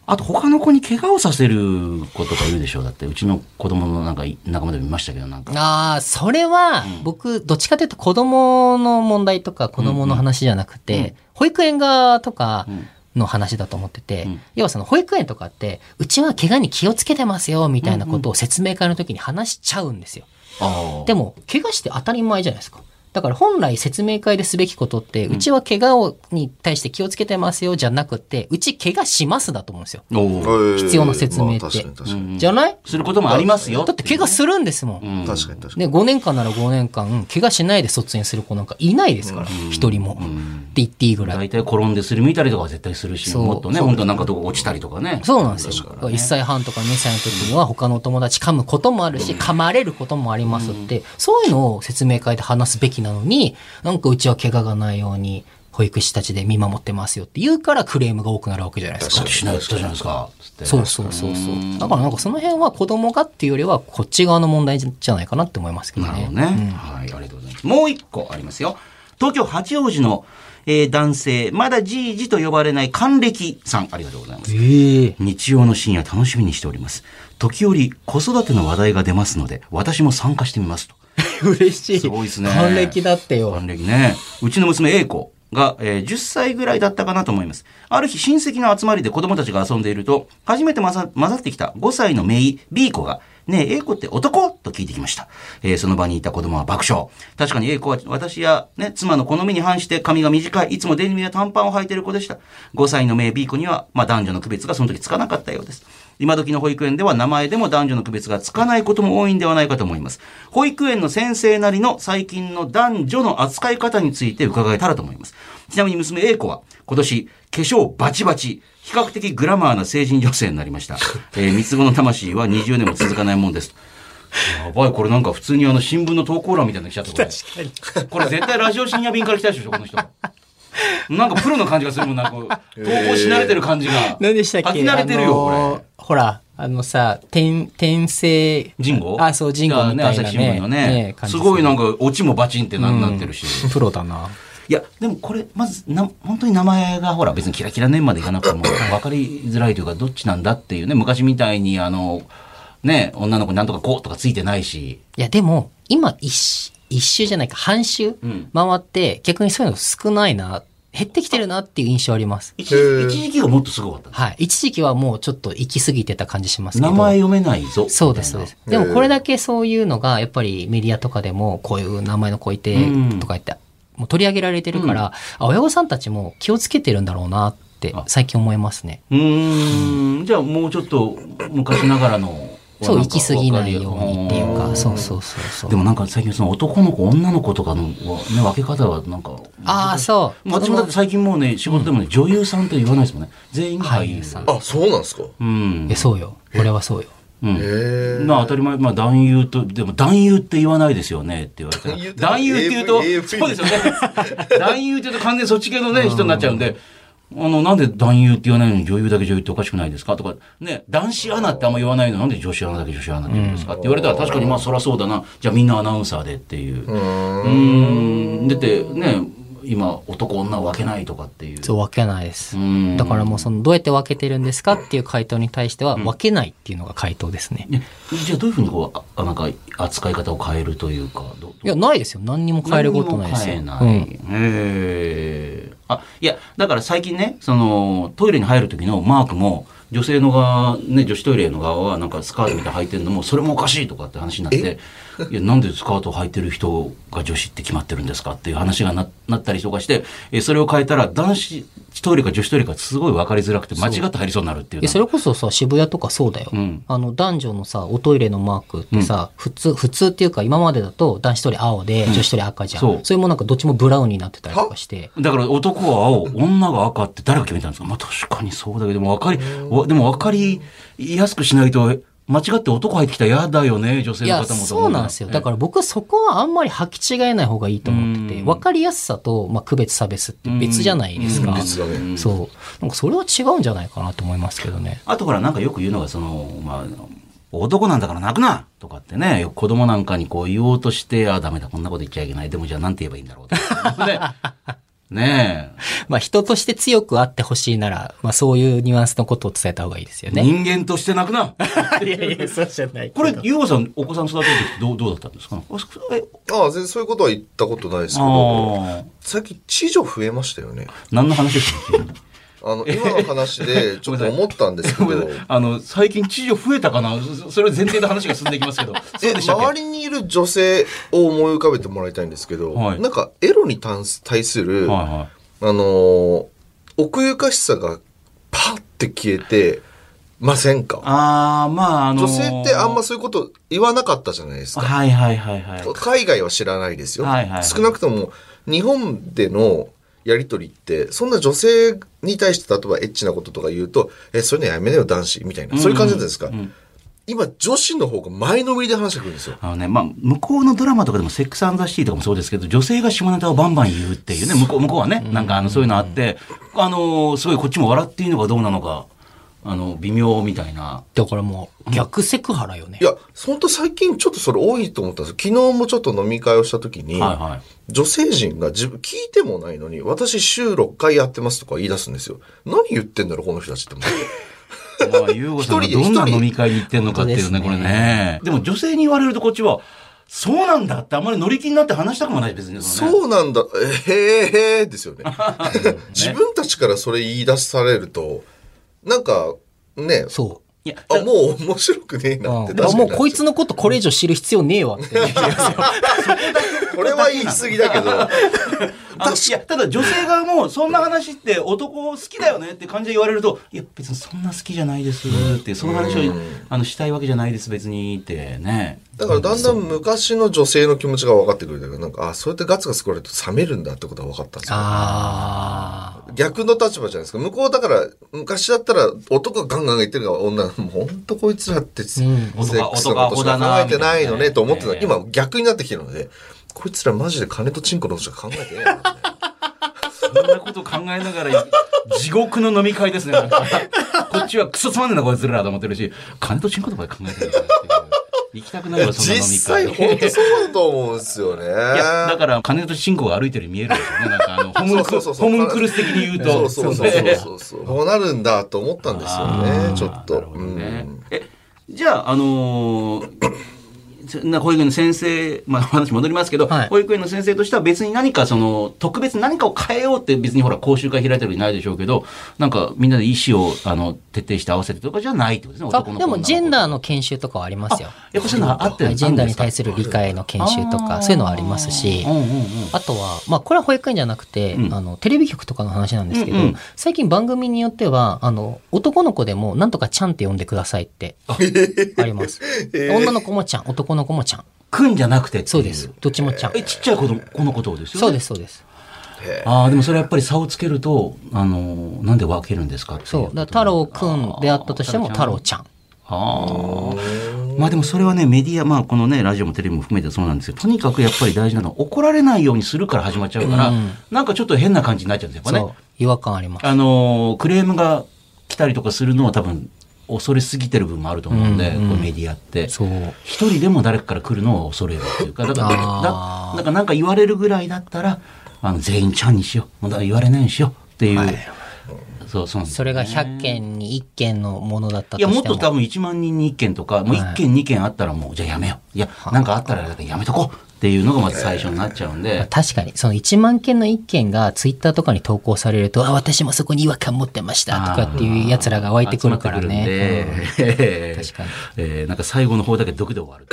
[SPEAKER 1] あと他の子に怪我をさせる子とかいるでしょだってうちの子供のなんかい仲間でも見ましたけどなんか
[SPEAKER 3] ああ、それは、僕、どっちかというと子供の問題とか子供の話じゃなくて、保育園側とかの話だと思ってて、
[SPEAKER 1] ん
[SPEAKER 3] 要はその保育園とかって、うちは怪我に気をつけてますよ、みたいなことを説明会の時に話しちゃうんですよ。
[SPEAKER 1] あ
[SPEAKER 3] でも、怪我して当たり前じゃないですか。だから本来説明会ですべきことって、うちは怪我をに対して気をつけてますよじゃなくて、うち怪我しますだと思うんですよ。
[SPEAKER 1] おう
[SPEAKER 3] 必要な説明って
[SPEAKER 2] まあ確かに確かに。
[SPEAKER 3] じゃない
[SPEAKER 1] することもありますよ
[SPEAKER 3] だって怪我するんですもん
[SPEAKER 1] うん
[SPEAKER 2] 確かに確かに。
[SPEAKER 3] ね、5年間なら5年間、怪我しないで卒園する子なんかいないですから、一、人も、って言っていいぐらい。
[SPEAKER 1] 大体転んでするみたりとかは絶対するし
[SPEAKER 3] そう
[SPEAKER 1] もっとね本当なんかどこ落ちたりとかね
[SPEAKER 3] そうなんですよ。1歳半とか2歳の時には他のお友達噛むこともあるし、噛まれることもありますって、そういうのを説明会で話すべきなのに、なんかうちは怪我がないように、保育士たちで見守ってますよって言うからクレームが多くなるわけじゃないです
[SPEAKER 1] さ
[SPEAKER 3] か
[SPEAKER 1] っ。きしないって言ったじゃないですかつって
[SPEAKER 3] そうそうそうそう。だからなんかその辺は子供がっていうよりはこっち側の問題じゃないかなって思いますけど
[SPEAKER 1] なる
[SPEAKER 3] ね。
[SPEAKER 1] ほどね、はい、ありがとうございます。もう一個ありますよ。東京八王子の、えー男性、まだじいじと呼ばれない還暦さん、ありがとうございます。
[SPEAKER 3] ええ
[SPEAKER 1] 日曜の深夜楽しみにしております。時折子育ての話題が出ますので、私も参加してみますと。
[SPEAKER 3] 嬉しい。
[SPEAKER 1] すごいですね
[SPEAKER 3] 還暦だってよ。
[SPEAKER 1] 還暦ね。うちの娘 A 子が、えー10歳ぐらいだったかなと思います。ある日親戚の集まりで子供たちが遊んでいると、初めて混ざ混ざってきた5歳の姪 B 子が、ねえ、A 子って男と聞いてきました。えーその場にいた子供は爆笑。確かに A 子は私や、ね、妻の好みに反して髪が短い、いつもデニムや短パンを履いている子でした。5歳の姪 B 子には、まあ男女の区別がその時つかなかったようです。今時の保育園では名前でも男女の区別がつかないことも多いんではないかと思います。保育園の先生なりの最近の男女の扱い方について伺えたらと思います。ちなみに娘 A 子は今年化粧バチバチ、比較的グラマーな成人女性になりま した。えー三つ子の魂は20年も続かないもんです。やばい、これなんか普通にあの新聞の投稿欄みたいなの来ちゃったこれ。これ絶対ラジオ深夜便から来たでしょ、この人。なんかプロの感じがするもんな、こう、投稿し慣れてる感じが。
[SPEAKER 3] 何でしたっけ
[SPEAKER 1] 書き慣れてるよ、これ。
[SPEAKER 3] あのーほら、あのさ、転、転生。
[SPEAKER 1] ジンゴ
[SPEAKER 3] あ、そう、ジンゴみたい
[SPEAKER 1] 朝
[SPEAKER 3] な
[SPEAKER 1] 日
[SPEAKER 3] ね。
[SPEAKER 1] 新聞のね。
[SPEAKER 3] 感じ
[SPEAKER 1] す
[SPEAKER 3] する
[SPEAKER 1] ごいなんか、オチもバチンってな,、なってるし。
[SPEAKER 3] プロだな。
[SPEAKER 1] いや、でもこれ、まず、な、本当に名前がほら、別にキラキラ年までいかなくても、分かりづらいというか、どっちなんだっていうね、昔みたいに、あの、ね、女の子なんとかこうとかついてないし。
[SPEAKER 3] いや、でも、今、一周、一周じゃないか、半周
[SPEAKER 1] ん
[SPEAKER 3] 回って、逆にそういうの少ないな、減ってきてるなっていう印象あります。
[SPEAKER 1] 一時一時期がもっとすごかったんで
[SPEAKER 3] はい。一時期はもうちょっと行き過ぎてた感じします
[SPEAKER 1] す。
[SPEAKER 3] けど。
[SPEAKER 1] 名前読めないぞ。
[SPEAKER 3] そうです、そう
[SPEAKER 1] み
[SPEAKER 3] で
[SPEAKER 1] たい
[SPEAKER 3] す。でもこれだけそういうのが、やっぱりメディアとかでも、こういう名前の子いて
[SPEAKER 1] うん、
[SPEAKER 3] とか言って、もう取り上げられてるから、あ親御さんたちも気をつけてるんだろうなって
[SPEAKER 1] あ、
[SPEAKER 3] 最近思いますね。
[SPEAKER 1] な。うーん、じゃあもうちょっと、昔ながらの。
[SPEAKER 3] そう、
[SPEAKER 1] なん
[SPEAKER 3] 行
[SPEAKER 1] か。
[SPEAKER 3] き過ぎないようにっていうか、そうそううそうそう。
[SPEAKER 1] でもなんか最近その男の子、女の子とかの、ね、分け方はなんか。
[SPEAKER 3] ああ、そう。
[SPEAKER 1] 私もだって最近もうね仕事でもね、女優さんって言わないですもんね全員が俳優さん
[SPEAKER 2] あ、そうなんですかへ
[SPEAKER 1] うん
[SPEAKER 3] え、そうよ。これはそうよ。
[SPEAKER 1] うん
[SPEAKER 2] え。
[SPEAKER 1] まあ当たり前、まあ、男優とでも男優って言わないですよねって言われ
[SPEAKER 2] 男優ってて
[SPEAKER 1] 男優って言うと
[SPEAKER 2] AV
[SPEAKER 1] そうですよね 男優って言うと完全にそっち系のね人になっちゃうんで。あの、なんで男優って言わないのに女優だけ女優っておかしくないですかとか、ね、男子アナってあんま言わないのになんで女子アナだけ女子アナって言うんですかって言われたら確かにまあそりゃそうだな。じゃあみんなアナウンサーでっていう。うーん。だってね、今男女を分けないとかっていう
[SPEAKER 3] そう分けないです
[SPEAKER 1] うん
[SPEAKER 3] だからもうそのどうやって分けてるんですかっていう回答に対しては分けないっていうのが回答ですね、
[SPEAKER 1] ねじゃあどういうふうにこうああなんか扱い方を変えるというかどど
[SPEAKER 3] いやないですよ何にも変えることないです
[SPEAKER 1] 何
[SPEAKER 3] よ
[SPEAKER 1] にも変えない
[SPEAKER 3] うん
[SPEAKER 1] へえあいやだから最近ねそのトイレに入る時のマークも女性の側、ね、女子トイレの側はなんかスカートみたいに履いてるのもそれもおかしいとかって話になっていやなんでスカートを履いてる人が女子って決まってるんですかっていう話がななったりとかしてえそれを変えたら男子トイレか女子トイレかすごい分かりづらくて間違って入りそうになるっていう
[SPEAKER 3] いやそ
[SPEAKER 1] れ
[SPEAKER 3] れこそさ渋谷とかそうだよ、
[SPEAKER 1] うん
[SPEAKER 3] あの男女のさおトイレのマークってさ、普通普通っていうか今までだと男子トイレ青で、女子トイレ赤じゃん
[SPEAKER 1] そう
[SPEAKER 3] それもなんかどっちもブラウンになってたりとかして
[SPEAKER 1] だから男は青、女が赤って誰が決めたんですかまあ確かにそうだけど、でも分かり、わでも分かりやすくしないと、間違って男入ってきたら嫌だよね、女性
[SPEAKER 3] い
[SPEAKER 1] の
[SPEAKER 3] や
[SPEAKER 1] 方もと
[SPEAKER 3] そ
[SPEAKER 1] 思
[SPEAKER 3] う
[SPEAKER 1] な
[SPEAKER 3] なんですよだから僕はそこはあんまり履き違えない方がいいと思ってて
[SPEAKER 1] うん
[SPEAKER 3] 分かりやすさと、まあ、区別差別って別じゃないです
[SPEAKER 1] う
[SPEAKER 3] か
[SPEAKER 1] ん
[SPEAKER 2] 別だね
[SPEAKER 1] うん
[SPEAKER 3] そうなんかそれは違うんじゃないかなと思いますけどね
[SPEAKER 1] あとほら、なんかよく言うのが、その、まあ、男なんだから泣くなとかってね、よく子供なんかにこう言おうとして、あ、ダメだ、こんなこと言っちゃいけない。でもじゃあなんて言えばいいんだろうとか ね。ねえ。
[SPEAKER 3] まあ人として強くあってほしいなら、まあそういうニュアンスのことを伝えた方がいいですよね。
[SPEAKER 1] 人間として泣くな
[SPEAKER 3] いやいや、そうじゃない
[SPEAKER 1] これ、ゆうごさん、お子さん育てる時どう、どうだったんですかあそえ
[SPEAKER 2] ああ、全然そういうことは言ったことないですけど、
[SPEAKER 1] あー
[SPEAKER 2] 最近、知女増えましたよね。
[SPEAKER 1] 何の話ですか
[SPEAKER 2] あの、今の話 で、ちょっと思ったんですけ
[SPEAKER 1] ごめん
[SPEAKER 2] ど
[SPEAKER 1] な、さいあの、最近知事増えたかなそそれ前提で話が進んでいきます けど。そう
[SPEAKER 2] え
[SPEAKER 1] でしたっけ
[SPEAKER 2] 周りにいる女性を思い浮かべてもらいたいんですけど、
[SPEAKER 1] はい
[SPEAKER 2] なんかエロに対す対する、
[SPEAKER 1] は
[SPEAKER 2] あのー奥ゆかしさがパッて消えてませ
[SPEAKER 1] い
[SPEAKER 2] ん
[SPEAKER 1] はい。
[SPEAKER 2] か
[SPEAKER 1] ああ、まあ、あのー
[SPEAKER 2] 女性ってあんまそういうこと言わなかったじゃないですか。
[SPEAKER 1] はいはいはいはい。
[SPEAKER 2] 海外は知らないですよ、
[SPEAKER 1] はいはいはい
[SPEAKER 2] 少なくとも日本でのやり取りってそんな女性に対して例えばエッチなこととか言うと「えそういうのやめなよ男子」みたいなそういう感じなんですか、
[SPEAKER 1] ん
[SPEAKER 2] 今女子の方が前のめりで話してくるんですよ
[SPEAKER 1] あのね、まあ、向こうのドラマとかでも、セックスアンドザシティとかもそうですけど、女性が下ネタをバンバン言うっていうね、向こう、向こうはね、なんかあの、そういうのあって、あのーすごいこっちも笑っていいのかどうなのか、あの、微妙みたいな。
[SPEAKER 3] だからもう逆セクハラよね
[SPEAKER 2] い。や、ほんと最近ちょっとそれ多いと思ったんです昨日もちょっと飲み会をした時に、
[SPEAKER 1] はいはい。
[SPEAKER 2] 女性陣が自分聞いてもないのに、私週6回やってますとか言い出すんですよ。何言ってんだろう、この人たちって思って。
[SPEAKER 1] まあ、ゆうごさんがどんな飲み会に行ってんのかっていうね、
[SPEAKER 3] 一人
[SPEAKER 1] これね。でも女性に言われるとこっちは、そうなんだってあんまり乗り気になって話したくもない、別にね。う。
[SPEAKER 2] そうなんだ、えへーへーですよね。自分たちからそれ言い出されると、なんか、ね、
[SPEAKER 3] そ
[SPEAKER 1] いや、
[SPEAKER 2] あ、もう面白くねえ
[SPEAKER 3] う。
[SPEAKER 2] なっ
[SPEAKER 3] う
[SPEAKER 2] て。
[SPEAKER 3] ん、だからもうこい
[SPEAKER 2] つ。
[SPEAKER 3] つのことこれ以上知る必要ねえわっていう 気がする
[SPEAKER 2] これは言い過ぎだけど、
[SPEAKER 1] あのいや、ただ女性側も、そんな話って男好きだよねって感じで言われると、いや、別にそんな好きじゃないですって、その話をあのしたいわけじゃないです、別にってね。
[SPEAKER 2] だからだんだん昔の女性の気持ちが分かってくるんだけど、なんか、あ、そうやってガツガツ来られると冷めるんだってことが分かったんですよ。
[SPEAKER 3] あ
[SPEAKER 2] 逆の立場じゃないですか。向こうだから、昔だったら男がガンガン言ってるから女が、もう本当こいつらって、セックスのことしか考えてないのねと思って
[SPEAKER 1] 男がアホ
[SPEAKER 2] た。
[SPEAKER 1] だな
[SPEAKER 2] 今逆になってきてるので、こいつらマジで金とチンコのことしか考えてないな。
[SPEAKER 1] そんなこと考えながら、地獄の飲み会ですね、なんかこっちはクソつまんねえな、こいつらと思ってるし、金とチンコとかで考えてるからっていう行きたくないわ、そんな飲み
[SPEAKER 2] 実際
[SPEAKER 1] 会。
[SPEAKER 2] 本当そうだと思うんですよね。
[SPEAKER 1] いや、だから、金と進行が歩いてるように見えるんですよね。なんか、あの、ホムンク
[SPEAKER 2] そう
[SPEAKER 1] ル
[SPEAKER 2] そうそう
[SPEAKER 1] ホムンクルス的に言う
[SPEAKER 2] そ
[SPEAKER 1] と。
[SPEAKER 2] うそうそうそうそうそう。こうなるんだと思ったんですよね、ちょっ
[SPEAKER 1] な
[SPEAKER 2] と
[SPEAKER 1] る。ほどね
[SPEAKER 2] うん
[SPEAKER 1] え、じゃあ、あのーそんな保育園の先生、まあ、話戻りますけど、
[SPEAKER 3] はい
[SPEAKER 1] 保育園の先生としては別に何かその特別に何かを変えようって別にほら講習会開いてるわけないでしょうけどなんかみんなで意思をあの徹底して合わせてとかじゃないってことですね
[SPEAKER 3] あ。あ
[SPEAKER 1] 男の子
[SPEAKER 3] でもジェン
[SPEAKER 1] ー
[SPEAKER 3] ダーの研修とかはありますよ。
[SPEAKER 1] やっぱそういうのはあって
[SPEAKER 3] はいジェンダーに対
[SPEAKER 1] す
[SPEAKER 3] する理解の研修とか、そういうのはありますし
[SPEAKER 1] うん。うんうん、
[SPEAKER 3] あとは、まあ、これは保育園じゃなくて、
[SPEAKER 1] うん
[SPEAKER 3] あの、テレビ局とかの話なんですけど、
[SPEAKER 1] うんうん
[SPEAKER 3] 最近番組によっては、あの、男の子でも、なんとかちゃんって呼んでくださいって、あります。女の子もちゃん、男の子もちゃん。
[SPEAKER 1] くんじゃなくてってい
[SPEAKER 3] そうです。どっちもちゃん。
[SPEAKER 1] えちっちゃい子の子のことをですよね
[SPEAKER 3] そうです、そうです。
[SPEAKER 1] ああ、でもそれやっぱり差をつけると、あのーなんで分けるんですかってい
[SPEAKER 3] そう。だから太郎くんであったとしても、太郎ちゃん。
[SPEAKER 1] あーまあでもそれはね、メディア、まあこのね、ラジオもテレビも含めてそうなんですけど、とにかくやっぱり大事なのは怒られないようにするから始まっちゃうから、
[SPEAKER 3] うん
[SPEAKER 1] なんかちょっと変な感じになっちゃうんですよ、やっぱね
[SPEAKER 3] そ。う。違和感あります。
[SPEAKER 1] あのークレームが来たりとかするのは多分、恐れすぎてる部分もあると思うんで、
[SPEAKER 3] うんうん
[SPEAKER 1] こうメディアって。
[SPEAKER 3] そう。
[SPEAKER 1] 一人でも誰かから来るのを恐れるっていうか、だから、だ
[SPEAKER 3] あー
[SPEAKER 1] だからなんか言われるぐらいだったら、あの全員ちゃんにしよう。もうだから言われないようにしようっていう。そうそうなんです
[SPEAKER 3] そ
[SPEAKER 1] よね
[SPEAKER 3] れが100件に1件のものだったと
[SPEAKER 1] い
[SPEAKER 3] して
[SPEAKER 1] や、
[SPEAKER 3] も。
[SPEAKER 1] もっと多分1万人に1件とか、もう1件2件あったらもう、じゃあやめよう。いや、なんかあったらだからやめとこうっていうのがまず最初になっちゃうんで。
[SPEAKER 3] 確かに、その1万件の1件がツイッターとかに投稿されると、あ、私もそこに違和感持ってましたとかっていう奴らが湧いてくるからね。
[SPEAKER 1] 集まってくるんで
[SPEAKER 3] 確かに
[SPEAKER 1] えーなんか最後の方だけ毒で終わる。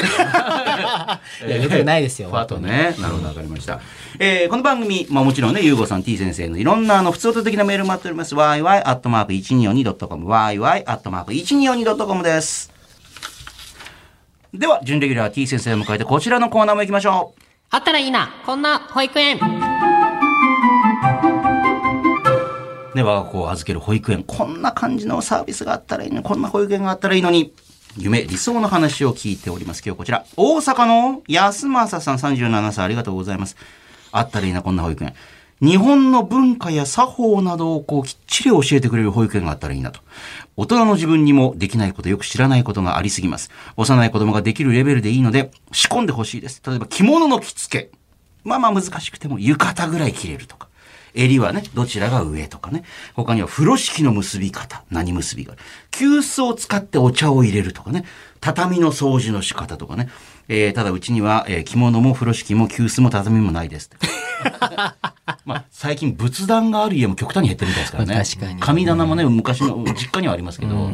[SPEAKER 3] いや良くないですよ
[SPEAKER 1] ファートね。なるほど、わかりました。えーこの番組、まあもちろんね、ゆうごさん、t 先生のいろんな、あの、普通音的なメール待っております。yy.1242.com、yy.1242.com です。では、準レギュラー t 先生を迎えて、こちらのコーナーも行きましょう。
[SPEAKER 3] あったらいいな、こんな保育園。
[SPEAKER 1] ね、我が子を預ける保育園。こんな感じのサービスがあったらいいのに、こんな保育園があったらいいのに。夢、理想の話を聞いております。今日こちら。大阪の安正さん37歳、ありがとうございます。あったらいいな、こんな保育園。日本の文化や作法などをこうきっちり教えてくれる保育園があったらいいなと。大人の自分にもできないこと、よく知らないことがありすぎます。幼い子供ができるレベルでいいので、仕込んでほしいです。例えば着物の着付け。まあまあ難しくても浴衣ぐらい着れるとか。襟はね、どちらが上とかね。他には風呂敷の結び方、何結びがある。急須を使ってお茶を入れるとかね。畳の掃除の仕方とかね。えーただうちには、えー着物も風呂敷も急須も畳もないですって。 まあ、最近仏壇がある家も極端に減ってるみたいですからね。
[SPEAKER 3] まあ確かに
[SPEAKER 1] 神棚もね、昔の実家にはありますけど。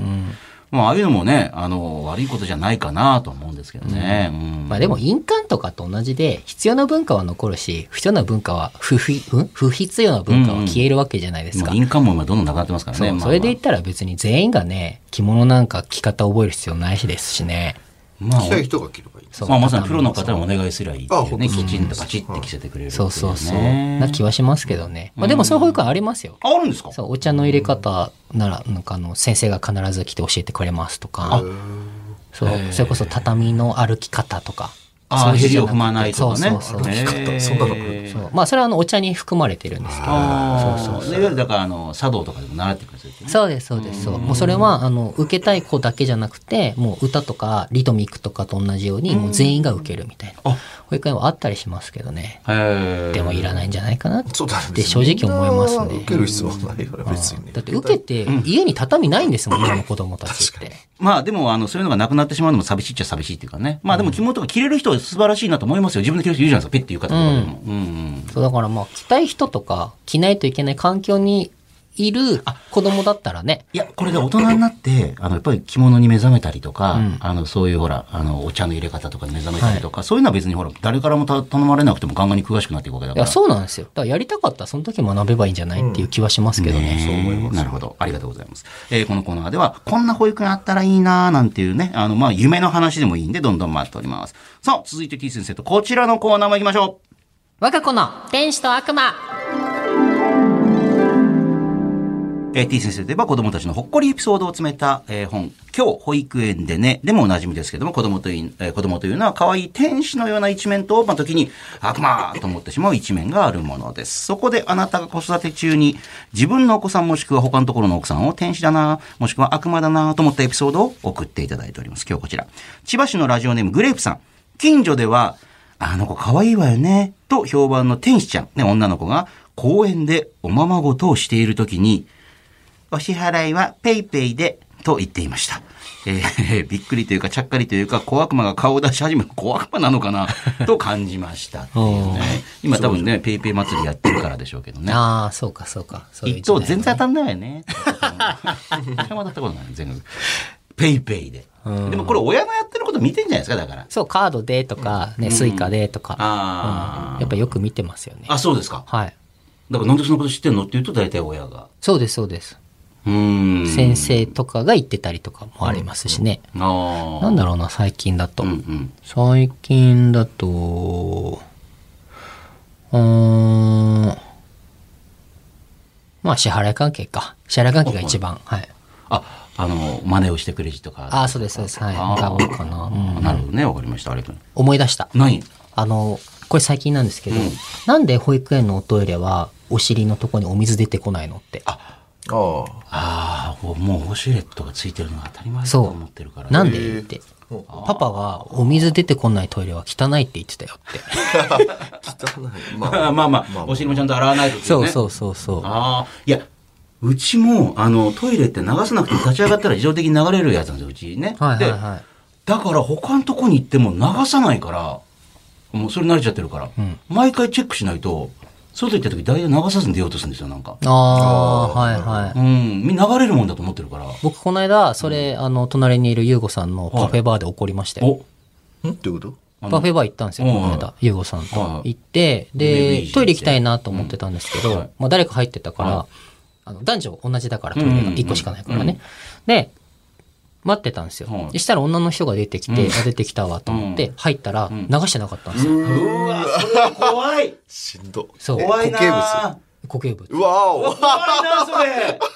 [SPEAKER 1] まあ、ああいうのもね、あの、悪いことじゃないかなと思うんですけどね。うん
[SPEAKER 3] まあでも印鑑とかと同じで、必要な文化は残るし、不必要な文化は、不必、ん不必要な文化は消えるわけじゃないです
[SPEAKER 1] も
[SPEAKER 3] か。
[SPEAKER 1] う印鑑も今どんどんなくなってますからね。
[SPEAKER 3] そう
[SPEAKER 1] まあまあ
[SPEAKER 3] それで言ったら別に全員がね、着物なんか着方覚える必要ないしですしね。
[SPEAKER 1] まあ
[SPEAKER 2] 来たい人が着ればいい。
[SPEAKER 3] そう
[SPEAKER 1] まあ、まさにプロの方にお願いすりゃいいって
[SPEAKER 2] あ
[SPEAKER 1] いう
[SPEAKER 2] ほん
[SPEAKER 1] ね、
[SPEAKER 2] と
[SPEAKER 1] きちんとパチッて着せてくれるってい
[SPEAKER 3] そうそうそう。
[SPEAKER 1] ね
[SPEAKER 3] な気はしますけどね。まあでもそういう保育園ありますよ。
[SPEAKER 1] ああるんですか
[SPEAKER 3] そう、お茶の入れ方なら、なんかあの、先生が必ず来て教えてくれますとか、そう、それこそ畳の歩き方とか。
[SPEAKER 1] ああ、
[SPEAKER 3] 掃除じ
[SPEAKER 1] 襟
[SPEAKER 3] ゃ
[SPEAKER 1] を
[SPEAKER 3] なくて
[SPEAKER 1] 踏まないとかね。
[SPEAKER 3] そうそうそう。
[SPEAKER 1] へー
[SPEAKER 2] そんなのもあ
[SPEAKER 3] そうまあそれはあの、お茶に含まれてるんですけど。
[SPEAKER 1] ああ、そうそう。いわゆるだから、あの、茶道とかでも習ってくるんですよね。
[SPEAKER 3] そうです、そうです。そう。もうそれは、あの、受けたい子だけじゃなくて、もう歌とか、リトミックとかと同じように、もう全員が受けるみたいな
[SPEAKER 1] あ。
[SPEAKER 3] 保育園はあったりしますけどね。
[SPEAKER 1] へえ。
[SPEAKER 3] でもいらないんじゃないかなっ
[SPEAKER 2] そうだね。
[SPEAKER 3] て正直思いま
[SPEAKER 2] みん
[SPEAKER 3] す
[SPEAKER 2] な受
[SPEAKER 3] ね。
[SPEAKER 2] ける必要はないから、別にね。
[SPEAKER 3] だって受けて、家に畳ないんですもん、今の子供たちって。
[SPEAKER 1] まあでも、あの、そういうのがなくなってしまうのも寂しいっちゃ寂しいっていうかね。まあでも着物とか着れる人は素晴らしいなと思いますよ。自分で着れる人いるじゃないですか。ペッていう方とかでも。うんうん。
[SPEAKER 3] そう、だからまあ、着たい人とか、着ないといけない環境にいる子供だったらね、
[SPEAKER 1] いや、これで大人になって、あの、やっぱり着物に目覚めたりとか、あの、そういうほら、あの、お茶の入れ方とかに目覚めたりとか、そういうのは別にほら、誰からもた頼まれなくてもガンガンに詳しくなっていくわけだ
[SPEAKER 3] い
[SPEAKER 1] から。
[SPEAKER 3] や、そうなんですよ。だからやりたかったら、その時学べばいいんじゃないっていう気はしますけどね。
[SPEAKER 1] そう思います。なるほど。ありがとうございます。えーこのコーナーでは、こんな保育園あったらいいなーなんていうね、あの、まあ、夢の話でもいいんで、どんどん待っております。さあ、続いて T 先生とこちらのコーナーも行きましょう。
[SPEAKER 3] 我が子の天使と悪魔。
[SPEAKER 1] えー、T 先生といえば子供たちのほっこりエピソードを詰めた、えー本、今日保育園でね、でもおなじみですけども、子供という、えー子供というのは可愛い天使のような一面と、まあ、時に悪魔と思ってしまう一面があるものです。そこであなたが子育て中に、自分のお子さんもしくは他のところの奥さんを天使だな、もしくは悪魔だなと思ったエピソードを送っていただいております。今日こちら。千葉市のラジオネームグレープさん。近所では、あの子可愛いわよね、と評判の天使ちゃん、ね、女の子が公園でおままごとをしているときに、お支払いはペイペイで、と言っていました。えー びっくりというか、ちゃっかりというか、小悪魔が顔を出し始める、小悪魔なのか な、と感じましたっていうね。今多分ね、ペイペイ祭りやってるからでしょうけどね。
[SPEAKER 3] ああ、そうか、そうか。そういう
[SPEAKER 1] 一
[SPEAKER 3] 時代
[SPEAKER 1] 等
[SPEAKER 3] ね
[SPEAKER 1] 全然当たんないわよ ね。一回も当たったことない。全額。ペイペイで。でもこれ親のやってること見てんじゃないですか、だから。
[SPEAKER 3] そう、カードでとか、ね、スイカでとか、
[SPEAKER 1] あ
[SPEAKER 3] やっぱよく見てますよね
[SPEAKER 1] あ。。あ、そうですか。
[SPEAKER 3] はい。
[SPEAKER 1] だからなんでそんなこと知ってんのって言うと大体親が。
[SPEAKER 3] そうです、そうです。
[SPEAKER 1] うーん。
[SPEAKER 3] 先生とかが言ってたりとかもありますしね。
[SPEAKER 1] ああ。
[SPEAKER 3] なんだろうな、最近だと
[SPEAKER 1] うんう。ん。
[SPEAKER 3] 最近だと、うーん、まあ支払い関係か。支払い関係が一番。はい。
[SPEAKER 1] あ、あの、真似をしてクレジットカード。
[SPEAKER 3] ああ、そうです、そうです。はい。
[SPEAKER 1] あー
[SPEAKER 3] が多いかな。うん
[SPEAKER 1] なるほどね、わかりました。ありがとうござい
[SPEAKER 3] 思い出した。
[SPEAKER 1] ます。ない
[SPEAKER 3] あの、これ最近なんですけど、なんで保育園のおトイレはお尻のとこにお水出てこないのって。
[SPEAKER 1] あ、
[SPEAKER 2] ああ。
[SPEAKER 1] ああ、もうウォシュレットがついてるのが当たり前だと
[SPEAKER 3] そう
[SPEAKER 1] 思ってるから、
[SPEAKER 3] なん
[SPEAKER 1] ね。
[SPEAKER 3] でって。
[SPEAKER 2] うん
[SPEAKER 3] パパはお水出てこないトイレは汚いって言ってたよって。
[SPEAKER 2] 汚 い。
[SPEAKER 1] まあまあまあ、お尻もちゃんと洗わないと、ね。
[SPEAKER 3] そう
[SPEAKER 1] う。
[SPEAKER 3] そうそうそう。
[SPEAKER 1] ああ、いや、うちも、あの、トイレって流さなくても立ち上がったら自動的に流れるやつなんですよ、うちね。
[SPEAKER 3] はいはい
[SPEAKER 1] で、
[SPEAKER 3] はい。
[SPEAKER 1] だから他のとこに行っても流さないから、もうそれ慣れちゃってるから、
[SPEAKER 3] うん
[SPEAKER 1] 毎回チェックしないと、外行った時大体流さずに出ようとするんですよ、なんか。
[SPEAKER 3] ああー、
[SPEAKER 2] あ
[SPEAKER 3] はい
[SPEAKER 2] ー
[SPEAKER 3] はい。
[SPEAKER 1] うん、み流れるもんだと思ってるから。
[SPEAKER 3] 僕この間それ、あの隣にいるユーゴさんのパフェバーで怒りましたよ、
[SPEAKER 1] お、
[SPEAKER 2] んっていうこと
[SPEAKER 1] あの
[SPEAKER 3] パフェバー行ったんですよ、
[SPEAKER 1] うん
[SPEAKER 3] この間、ユーゴさん
[SPEAKER 1] は
[SPEAKER 3] と
[SPEAKER 1] い
[SPEAKER 3] 行って、
[SPEAKER 1] メイ
[SPEAKER 3] で
[SPEAKER 1] ビー、
[SPEAKER 3] トイレ行きたいなと思ってたんですけど、
[SPEAKER 1] うんはい
[SPEAKER 3] まあ誰か入ってたから、
[SPEAKER 1] は
[SPEAKER 3] あの男女同じだから、トイレが1個しかないからね。
[SPEAKER 1] うんうん
[SPEAKER 3] で、待ってたんですよ。
[SPEAKER 1] はい
[SPEAKER 3] そしたら女の人が出てきて、
[SPEAKER 1] うん
[SPEAKER 3] あ出てきたわと思って、入ったら、
[SPEAKER 1] ん
[SPEAKER 3] 流してなかったんですよ。
[SPEAKER 1] うわ、それは怖 い。
[SPEAKER 2] しんど。
[SPEAKER 3] そう
[SPEAKER 2] え
[SPEAKER 1] 怖いな。
[SPEAKER 2] 固形
[SPEAKER 1] ー
[SPEAKER 3] 固形物。で
[SPEAKER 2] 物。うわお。
[SPEAKER 1] 怖いな、それ。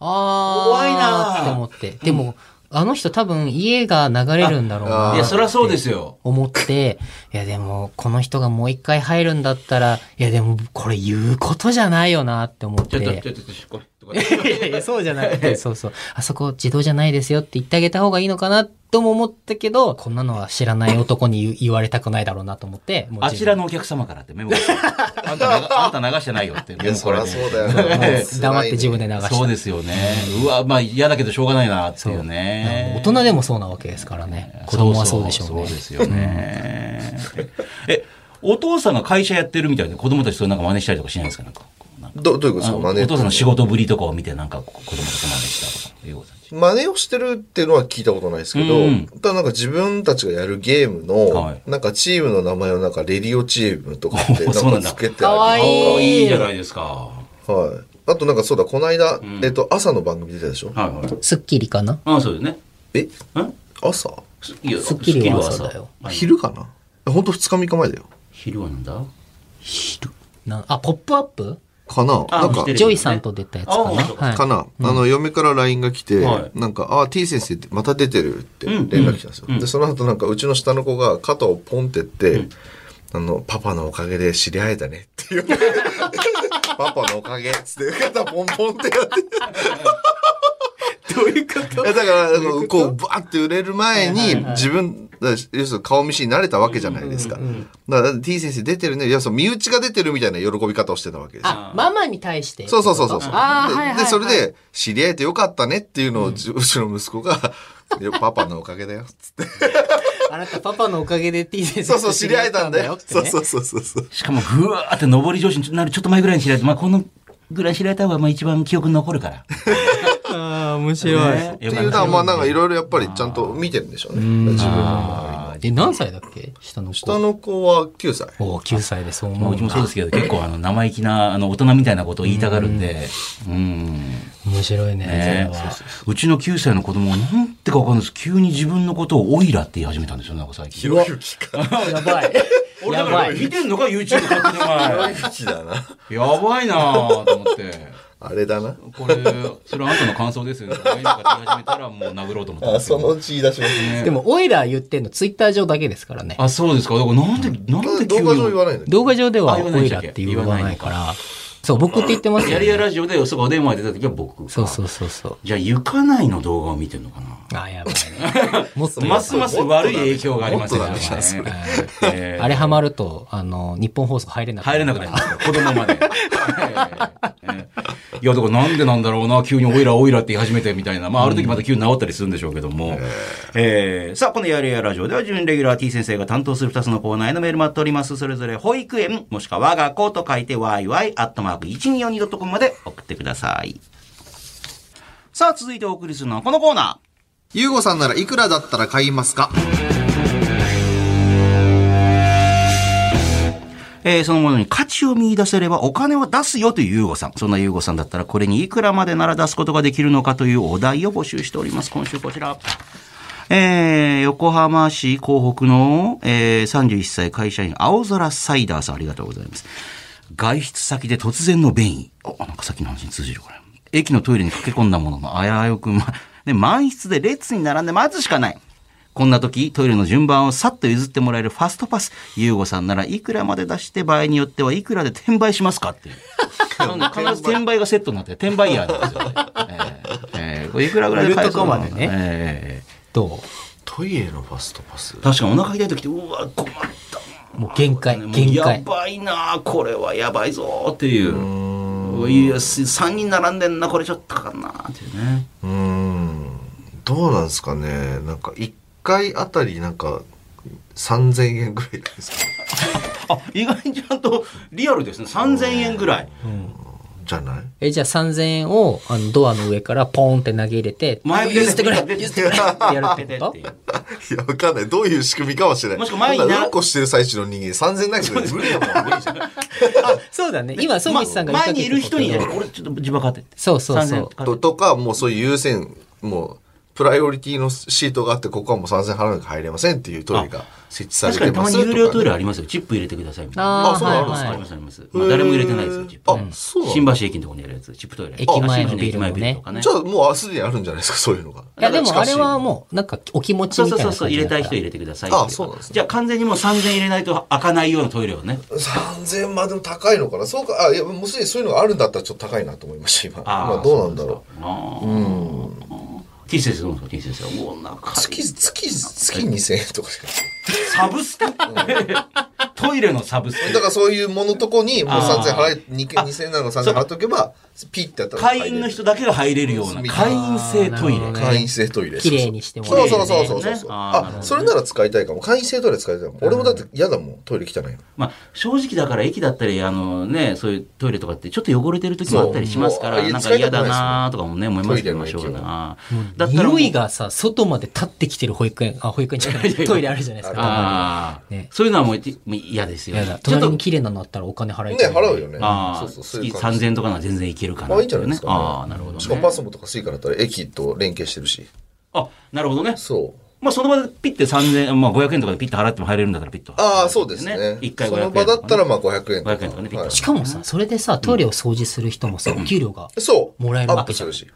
[SPEAKER 3] あー、
[SPEAKER 1] 怖いな
[SPEAKER 3] って思って。でも、あの人多分家が流れるんだろうな。
[SPEAKER 2] あー
[SPEAKER 1] いや、そりゃそうですよ。
[SPEAKER 3] 思って、いやでも、この人がもう一回入るんだったら、いやでも、これ言うことじゃないよなって思っ
[SPEAKER 1] ち
[SPEAKER 3] て。
[SPEAKER 1] ょ
[SPEAKER 3] い
[SPEAKER 1] っと、ちょっと、ちょっとこれとか
[SPEAKER 3] やいやい や、そうじゃなくて、そうそう。あそこ自動じゃないですよって言ってあげた方がいいのかなとも思ったけど、こんなのは知らない男に言う言われたくないだろうなと思って、もう
[SPEAKER 1] あちら
[SPEAKER 3] の
[SPEAKER 1] のお客様からってメモが来てるあんた流あんた流してないよってメ
[SPEAKER 2] いや、
[SPEAKER 1] モ
[SPEAKER 2] そ
[SPEAKER 1] これ
[SPEAKER 2] りゃ
[SPEAKER 1] て
[SPEAKER 2] そうだよな。もう辛いね
[SPEAKER 3] 黙って自分で流した。
[SPEAKER 1] そうですよね。うわ、まあ嫌だけどしょうがないなっていうね。
[SPEAKER 3] 大人でもそうなわけですからね。子供はそうでしょうね。
[SPEAKER 1] そうですよね。え、お父さんが会社やってるみたいで子供たちそれなんか真似したりとかしないんですかなんかこうなんか
[SPEAKER 2] ど、どういうことです
[SPEAKER 1] あ
[SPEAKER 2] か
[SPEAKER 1] の
[SPEAKER 2] 真似
[SPEAKER 1] お父さんの仕事ぶりとかを見てなんかこう子供たち真似したとか。いうことなんでしょ
[SPEAKER 2] 真似をしてるっていうのは聞いたことないですけど、
[SPEAKER 1] うん
[SPEAKER 2] ただなんか自分たちがやるゲームの、
[SPEAKER 1] はい
[SPEAKER 2] なんかチームの名前をなんかレディオチームとかって
[SPEAKER 1] お
[SPEAKER 2] な
[SPEAKER 1] そうなん
[SPEAKER 2] ん
[SPEAKER 1] だ
[SPEAKER 2] か付けて
[SPEAKER 3] かわ
[SPEAKER 2] あ
[SPEAKER 3] い
[SPEAKER 2] る
[SPEAKER 1] うか
[SPEAKER 3] い
[SPEAKER 1] いいじゃないですか。は
[SPEAKER 2] はい。あとなんかそうだ、この間、
[SPEAKER 1] ん
[SPEAKER 2] えっと、朝の番組出てたでしょ
[SPEAKER 1] いはい。
[SPEAKER 3] スッキリかな
[SPEAKER 1] あそうですね。
[SPEAKER 2] え
[SPEAKER 1] ん
[SPEAKER 2] 朝
[SPEAKER 1] スッキリは
[SPEAKER 3] スッキリは朝だよ。
[SPEAKER 1] あの
[SPEAKER 2] 昼かなほんと2日3日前だよ。
[SPEAKER 1] 昼はなんだ昼。
[SPEAKER 3] なあ、ポップアップ
[SPEAKER 2] かな
[SPEAKER 1] あ
[SPEAKER 2] なんか
[SPEAKER 1] 知って、る
[SPEAKER 3] ジョイさんと出たやつかな。
[SPEAKER 1] あそうか
[SPEAKER 3] はい
[SPEAKER 2] かな、あの、嫁から LINE が来て、
[SPEAKER 1] はい
[SPEAKER 2] なんか、あー、t 先生また出てるって連絡来たんですよ。
[SPEAKER 1] うんうん
[SPEAKER 2] で、その後なんか、うちの下の子が肩をポンってって、あの、パパのおかげで知り合えたね っていう。パパのおかげっつって、肩ポンポンってやって。
[SPEAKER 3] どういうこと
[SPEAKER 2] えだから、あのこう、バーって売れる前
[SPEAKER 3] はいはい
[SPEAKER 2] に
[SPEAKER 3] はい、
[SPEAKER 2] 自分、だから要するに顔見知りに慣れたわけじゃないですか。だから、t 先生出てるね。いや、そう、身内が出てるみたいな喜び方をしてたわけですよ。
[SPEAKER 3] あ、ママに対して。
[SPEAKER 2] そうそうそうそう。
[SPEAKER 3] ああ、
[SPEAKER 2] で
[SPEAKER 3] はいはい、はい。
[SPEAKER 2] で、それで、知り合えてよかったねっていうのを、うち うちの息子が、 いやパパのおかげだよ。つって。
[SPEAKER 3] あなたパパのおかげで T 先生。
[SPEAKER 2] そうそう、知り合えたんだよ。そうそううそうそうそう。
[SPEAKER 1] しかもぐわーって上り調子になるちょっと前ぐらいに知られて、まあこのぐらい知られた方がまあ一番記憶に残るから。
[SPEAKER 3] ああ、面
[SPEAKER 1] ね
[SPEAKER 2] っていうのは、まあなんかいろいろやっぱりちゃんと見てるんでしょうね。自分の周りの。
[SPEAKER 3] え、何歳だっけ下の子。
[SPEAKER 2] 下の子は9歳。
[SPEAKER 3] おお、9歳でそう
[SPEAKER 1] まあ
[SPEAKER 3] 思う
[SPEAKER 1] うち
[SPEAKER 3] ん
[SPEAKER 1] もそう
[SPEAKER 3] だ
[SPEAKER 1] で。すけど、結構あの生意気な、あの大人みたいなことを言いたがるんで、うん。
[SPEAKER 3] 面白いね。
[SPEAKER 1] ね
[SPEAKER 3] それは
[SPEAKER 1] うちの9歳の子供がなんてかわかんないです。急に自分のことをオイラって言い始めたんですよ、なんか最近。
[SPEAKER 2] ひろゆき か。
[SPEAKER 3] やばい。
[SPEAKER 1] 俺だ
[SPEAKER 3] や
[SPEAKER 1] から
[SPEAKER 3] ばい。
[SPEAKER 1] 見てんのか YouTube 勝手にお
[SPEAKER 2] ひろ
[SPEAKER 1] 前
[SPEAKER 2] ゆ。きだな。
[SPEAKER 1] やばいなぁと思って。
[SPEAKER 2] あれだな。
[SPEAKER 1] これ、それあんたの感想ですよね。オイラって言い始めたらもう殴ろうと思ったん
[SPEAKER 2] あ、
[SPEAKER 1] ですけ
[SPEAKER 2] そ
[SPEAKER 1] ど
[SPEAKER 2] のうち言い出しますね。
[SPEAKER 3] でも、オイラー言ってんの、ツイッター上だけですからね。
[SPEAKER 1] あ、そうですか。だからなんで、なんで急
[SPEAKER 2] 動
[SPEAKER 1] に。
[SPEAKER 2] 画上言わないの
[SPEAKER 3] 動画上で
[SPEAKER 1] あ
[SPEAKER 3] は
[SPEAKER 1] 言わ
[SPEAKER 3] オ
[SPEAKER 1] ない
[SPEAKER 3] イ
[SPEAKER 1] でし
[SPEAKER 3] ラ
[SPEAKER 1] た
[SPEAKER 3] ー
[SPEAKER 1] っけ
[SPEAKER 3] って言わないから。そう、僕って言ってます
[SPEAKER 1] や
[SPEAKER 3] よ、
[SPEAKER 1] りや
[SPEAKER 3] ね。
[SPEAKER 1] ラジオで、そこお電話で出た時は僕か。
[SPEAKER 3] そうそうそうそう。
[SPEAKER 1] じゃあ、ゆかないの動画を見てんのかな
[SPEAKER 3] あーやばい ね。もっとやばい
[SPEAKER 1] ますます悪い影響がありますね。
[SPEAKER 2] もっとダメじゃんそれ
[SPEAKER 1] ねえー
[SPEAKER 3] あれハマると、あの、日本放送入れなく
[SPEAKER 1] 入れなくなりますよ子供まで。えーいや、だからなんでなんだろうな、急にオイラオイラって言い始めてみたいな。まあ、ある時また急に治ったりするんでしょうけども。えーさあ、このやれやラジオでは、準レギュラー T 先生が担当する2つのコーナーへのメール待っております。それぞれ、保育園、もしくは我が子と書いて、yy.1242.com まで送ってください。さあ、続いてお送りするのはこのコーナー。
[SPEAKER 2] ゆうごさんならいくらだったら買いますか
[SPEAKER 1] えーそのものに価値を見出せればお金を出すよというユーゴさん。そんなユーゴさんだったらこれにいくらまでなら出すことができるのかというお題を募集しております。今週こちら。えー横浜市港北の、えー31歳会社員青空サイダーさんありがとうございます。外出先で突然の便意。お、なんかさっきの話に通じるこれ。駅のトイレに駆け込んだものの危うく、ま、ね、満室で列に並んで待つしかない。こんな時、トイレの順番をさっと譲ってもらえるファストパス。ゆうごさんならいくらまで出して、場合によってはいくらで転売しますか っていう。なんで必ず転売がセットになって、転売ヤーなんですよね。えーえーこれいくらぐらいで買えそうなの
[SPEAKER 3] 売るとこまでね
[SPEAKER 1] え
[SPEAKER 3] ど
[SPEAKER 2] トイレのファストパス
[SPEAKER 1] ー確かにお腹痛い時って、うわ、困った。
[SPEAKER 3] うもう限界、
[SPEAKER 1] もう
[SPEAKER 3] 限
[SPEAKER 1] や
[SPEAKER 3] 界。
[SPEAKER 1] ばいなこれはやばいぞーっていういや3人並んでんなこれちょっとかなーっていうね
[SPEAKER 2] うーんどうなんですかねなんか1回あたりなんか3000円ぐらいですか
[SPEAKER 1] あ意外にちゃんとリアルですね3000円ぐらい
[SPEAKER 2] じゃない
[SPEAKER 3] え、じゃあ3000円を、あの、ドアの上からポーンって投げ入れて、
[SPEAKER 1] 前
[SPEAKER 3] 譲ってくれ
[SPEAKER 1] 出
[SPEAKER 3] 譲って
[SPEAKER 1] て
[SPEAKER 3] くれってやる
[SPEAKER 1] 出
[SPEAKER 3] ってて
[SPEAKER 1] っ
[SPEAKER 3] こ
[SPEAKER 1] て
[SPEAKER 3] と
[SPEAKER 1] いう
[SPEAKER 2] いやわかんないどういう仕組みかもしれない
[SPEAKER 1] もしくは前にな
[SPEAKER 2] なんかうんこしてる最中の人間3000円なんか無理やもん無 理じゃん
[SPEAKER 3] そうだね。今、ソミスさんが
[SPEAKER 1] ま
[SPEAKER 3] 言った
[SPEAKER 1] 前にいる人にね
[SPEAKER 3] ね。
[SPEAKER 1] これちょっと自分買ってって
[SPEAKER 3] そうそうそ
[SPEAKER 1] 3000買
[SPEAKER 3] う
[SPEAKER 1] って
[SPEAKER 2] ととかもうそういう優先もうプライオリティのシートがあってここはもう3000円払わなきゃ入れませんっていうトイレが設置され
[SPEAKER 1] 確か
[SPEAKER 2] て
[SPEAKER 1] にた
[SPEAKER 2] ま
[SPEAKER 1] ますに有料トイレあ
[SPEAKER 2] り
[SPEAKER 1] りますよチップ入れてくださいみたいな
[SPEAKER 3] あ
[SPEAKER 2] あ
[SPEAKER 3] あ、
[SPEAKER 2] そうな
[SPEAKER 3] は
[SPEAKER 2] の
[SPEAKER 3] い
[SPEAKER 2] あ
[SPEAKER 1] あ
[SPEAKER 3] は
[SPEAKER 1] り
[SPEAKER 3] い
[SPEAKER 1] ま。すあります、まあ、誰も入れてないですよチップ
[SPEAKER 2] あそうなの
[SPEAKER 1] 新橋駅のとこにあるやつチップトイレ
[SPEAKER 3] 駅前の
[SPEAKER 1] あ新橋駅前
[SPEAKER 3] ビルのね
[SPEAKER 1] とかね
[SPEAKER 2] じゃあもうすでにあるんじゃないですかそういうのが
[SPEAKER 3] いや、でもあれ
[SPEAKER 2] も
[SPEAKER 3] はもう、なんかお気持ち
[SPEAKER 1] そう
[SPEAKER 3] み
[SPEAKER 1] そう
[SPEAKER 3] た
[SPEAKER 1] そう
[SPEAKER 3] いな
[SPEAKER 1] そ
[SPEAKER 3] 感
[SPEAKER 1] う入
[SPEAKER 3] じ
[SPEAKER 1] れ
[SPEAKER 3] だ
[SPEAKER 1] た
[SPEAKER 3] か
[SPEAKER 1] い
[SPEAKER 3] ら。
[SPEAKER 1] 人入れてください
[SPEAKER 2] あ
[SPEAKER 1] ってい
[SPEAKER 2] そうなんですね
[SPEAKER 1] じゃあ完全にもう3000入れないと開かないようなトイレをね
[SPEAKER 2] 3000円までも高いのかなそうかあいやもうすでにそういうのがあるんだったらちょっと高いなと思いました今
[SPEAKER 1] あー
[SPEAKER 2] まあどうなんだろ
[SPEAKER 1] ああ
[SPEAKER 2] ううん
[SPEAKER 1] ー先生どうなんですか T 先生お腹
[SPEAKER 2] 月月月2000円とかしか
[SPEAKER 1] サブスクトイレのサブス
[SPEAKER 2] だ
[SPEAKER 1] ク
[SPEAKER 2] からそういうものとこにもう3000円
[SPEAKER 1] あ
[SPEAKER 2] 払えに2000円なのか3000円払っとけばピッてやったら入れ
[SPEAKER 1] 会員の人だけが入れるような会員制トイ
[SPEAKER 3] あ
[SPEAKER 1] レ
[SPEAKER 3] ーなるほどね
[SPEAKER 2] 会員制トイレ
[SPEAKER 3] 綺麗にしてもら
[SPEAKER 2] そ
[SPEAKER 3] え
[SPEAKER 2] う
[SPEAKER 3] る
[SPEAKER 2] そ
[SPEAKER 3] ね
[SPEAKER 2] うそうそうそう
[SPEAKER 1] ね
[SPEAKER 2] そう
[SPEAKER 1] あーなるほど
[SPEAKER 2] あ
[SPEAKER 1] ね
[SPEAKER 2] それなら使いたいかも会員制トイレ使いたいかも俺もだって嫌だもんトイレ汚いの
[SPEAKER 1] まあ正直だから駅だったりあのねそういうトイレとかってちょっと汚れてる時もあったりしますか
[SPEAKER 2] そう
[SPEAKER 1] ら
[SPEAKER 2] もう
[SPEAKER 1] なん
[SPEAKER 2] 使
[SPEAKER 1] か
[SPEAKER 2] いた
[SPEAKER 1] 嫌
[SPEAKER 2] くな
[SPEAKER 1] だ
[SPEAKER 2] いですよ
[SPEAKER 1] なーとかもね思いますけど
[SPEAKER 2] トイレの影響
[SPEAKER 1] まあしょうがないだったらもう
[SPEAKER 3] 匂いがさ、外まで立ってきてる保育園、あ、保育園じ ゃない、トイレあるじゃないですか。
[SPEAKER 1] ああ、
[SPEAKER 3] ね
[SPEAKER 1] そういうのはもういもう嫌です
[SPEAKER 3] い
[SPEAKER 1] よ
[SPEAKER 3] やだ、
[SPEAKER 1] ちょっ
[SPEAKER 3] 隣
[SPEAKER 1] と
[SPEAKER 3] に綺麗なのあったらお金払い
[SPEAKER 2] ね
[SPEAKER 3] たい
[SPEAKER 2] 払うよね
[SPEAKER 1] ああ、
[SPEAKER 2] そうそうそうい
[SPEAKER 1] 月
[SPEAKER 2] う感じ
[SPEAKER 1] 3000円とかなら全然いけるかな、
[SPEAKER 2] あいいんじゃないですかね
[SPEAKER 1] ああ、なるほど、ね。
[SPEAKER 2] しかもパスモとかスイカだったら駅と連携してるし
[SPEAKER 1] あ、なるほどね。
[SPEAKER 2] そう
[SPEAKER 1] まあ、その場でピッて3000円、まあ、500円とかでピッて払っても入れるんだからピッと。
[SPEAKER 2] ああ、そうですね。
[SPEAKER 1] 一回500
[SPEAKER 2] そ
[SPEAKER 1] 円、
[SPEAKER 2] の場だったら、まあ、500円とか。
[SPEAKER 1] 500円とかねピッと
[SPEAKER 2] はい
[SPEAKER 3] しかもさ、それでさ、トイレを掃除する人もさ、お給料が、
[SPEAKER 2] そう。
[SPEAKER 3] もらえるわけじゃん
[SPEAKER 2] アップするし。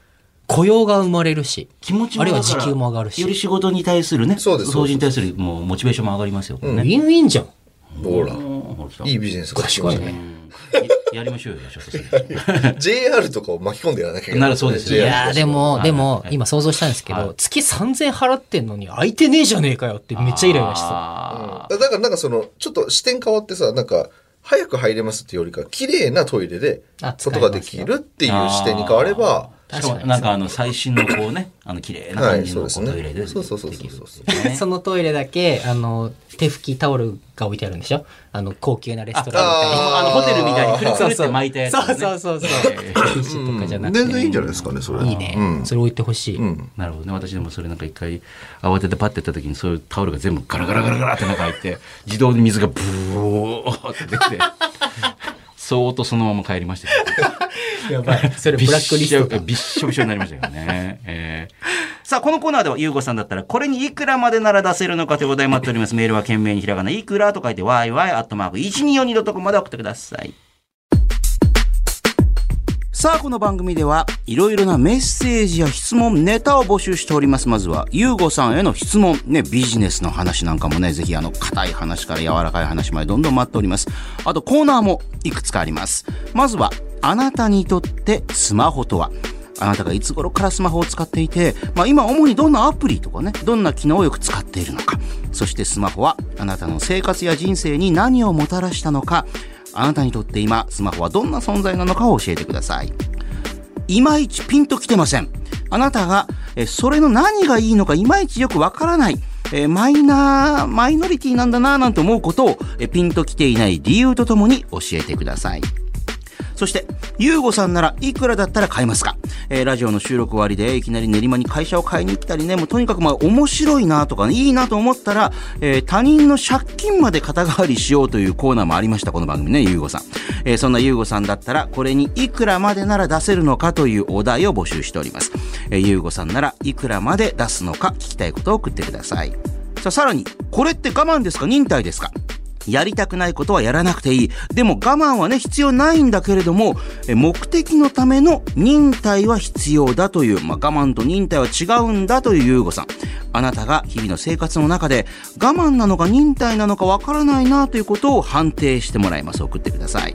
[SPEAKER 3] 雇用が生まれるし、
[SPEAKER 1] 気持ちも
[SPEAKER 3] あるい
[SPEAKER 1] だ
[SPEAKER 3] は
[SPEAKER 1] から
[SPEAKER 3] 時給も上がるし。
[SPEAKER 1] より
[SPEAKER 3] ウ
[SPEAKER 1] 仕事に対するね、
[SPEAKER 2] そうです
[SPEAKER 1] 掃除に対するもうモチベーションも上がりますよ。これね。
[SPEAKER 3] ィンウィンじゃん。
[SPEAKER 2] ほら
[SPEAKER 1] う。んほら来た
[SPEAKER 2] いいビジネスが
[SPEAKER 3] 賢い
[SPEAKER 1] うん
[SPEAKER 3] ね。
[SPEAKER 1] や やりましょうよ、ちょっとそ れ
[SPEAKER 2] JR とかを巻き込んでやらなきゃいけない。
[SPEAKER 1] なるそうですよ
[SPEAKER 3] い
[SPEAKER 1] ね
[SPEAKER 2] JR
[SPEAKER 3] やーで
[SPEAKER 1] は
[SPEAKER 3] も、
[SPEAKER 1] い
[SPEAKER 3] でも
[SPEAKER 1] は、い
[SPEAKER 3] 今想像したんですけ
[SPEAKER 1] はい
[SPEAKER 3] ど、月3000払ってんのに空いてねえじゃねえかよってめっちゃイライラしそ
[SPEAKER 1] あ
[SPEAKER 2] だから、なんかその、ちょっと視点変わってさ、なんか、早く入れますっていうよりか、綺麗なトイレで
[SPEAKER 3] あ、
[SPEAKER 2] ことができるっていう
[SPEAKER 1] あ
[SPEAKER 2] 視点に変われば、
[SPEAKER 1] あ。しかも、なんかあの、最新のこうね、あの、綺麗な感じの
[SPEAKER 2] はい
[SPEAKER 1] こ
[SPEAKER 2] そううですね
[SPEAKER 1] トイレでできるっていね。
[SPEAKER 2] そうそうそうそうそう
[SPEAKER 3] う。 そのトイレだけ、あの、手拭きタオルが置いてあるんでしょあの、高級なレストランみたいな。
[SPEAKER 1] あのホテルみたいにくるくるって巻いたやつ、ね。
[SPEAKER 3] そうそうそうそう。ティッシュとかじゃなくて。
[SPEAKER 2] 全然いいんじゃないですかね、それ。
[SPEAKER 3] いいね。それ置いてほしい。
[SPEAKER 1] なるほどね。私でもそれなんか一回慌ててパッてやった時にそういうタオルが全部ガラガラガラガラって中入って、自動で水がブーって出て、そーっとそのまま帰りました けど。
[SPEAKER 3] やばい。それ
[SPEAKER 1] びっ
[SPEAKER 3] ブラッ
[SPEAKER 1] しょ
[SPEAKER 3] クリストだ。
[SPEAKER 1] びっしょびしょになりましたけどね。えーさあ、このコーナーでは、ゆうごさんだったら、これにいくらまでなら出せるのかというお題待っております。メールは懸命にひらがな、いくらと書いて、yy.1242.com まで送ってください。さあ、この番組では、いろいろなメッセージや質問、ネタを募集しております。まずは、ゆうごさんへの質問、ね、ビジネスの話なんかもね、ぜひ、あの、硬い話から柔らかい話までどんどん待っております。あと、コーナーもいくつかあります。まずは、あなたにとってスマホとはあなたがいつ頃からスマホを使っていて、まあ、今主にどんなアプリとかねどんな機能をよく使っているのかそしてスマホはあなたの生活や人生に何をもたらしたのかあなたにとって今スマホはどんな存在なのかを教えてくださいいまいちピンときてませんあなたがえそれの何がいいのかいまいちよくわからないえマイナーマイノリティなんだなぁなんて思うことをえピンときていない理由とともに教えてくださいそして、ゆうごさんならいくらだったら買えますか、えーラジオの収録終わりでいきなり練馬に会社を買いに来たりね、もうとにかくまあ面白いなとかね、いいなと思ったら、えー他人の借金まで肩代わりしようというコーナーもありました、この番組ね、ゆうごさん。えーそんなゆうごさんだったら、これにいくらまでなら出せるのかというお題を募集しております。えーゆうごさんならいくらまで出すのか聞きたいことを送ってください。さあ、さらに、これって我慢ですか忍耐ですかやりたくないことはやらなくていい。でも我慢はね、必要ないんだけれども、え目的のための忍耐は必要だという、まあ、我慢と忍耐は違うんだというゆうごさん。あなたが日々の生活の中で、我慢なのか忍耐なのかわからないなということを判定してもらいます。送ってください。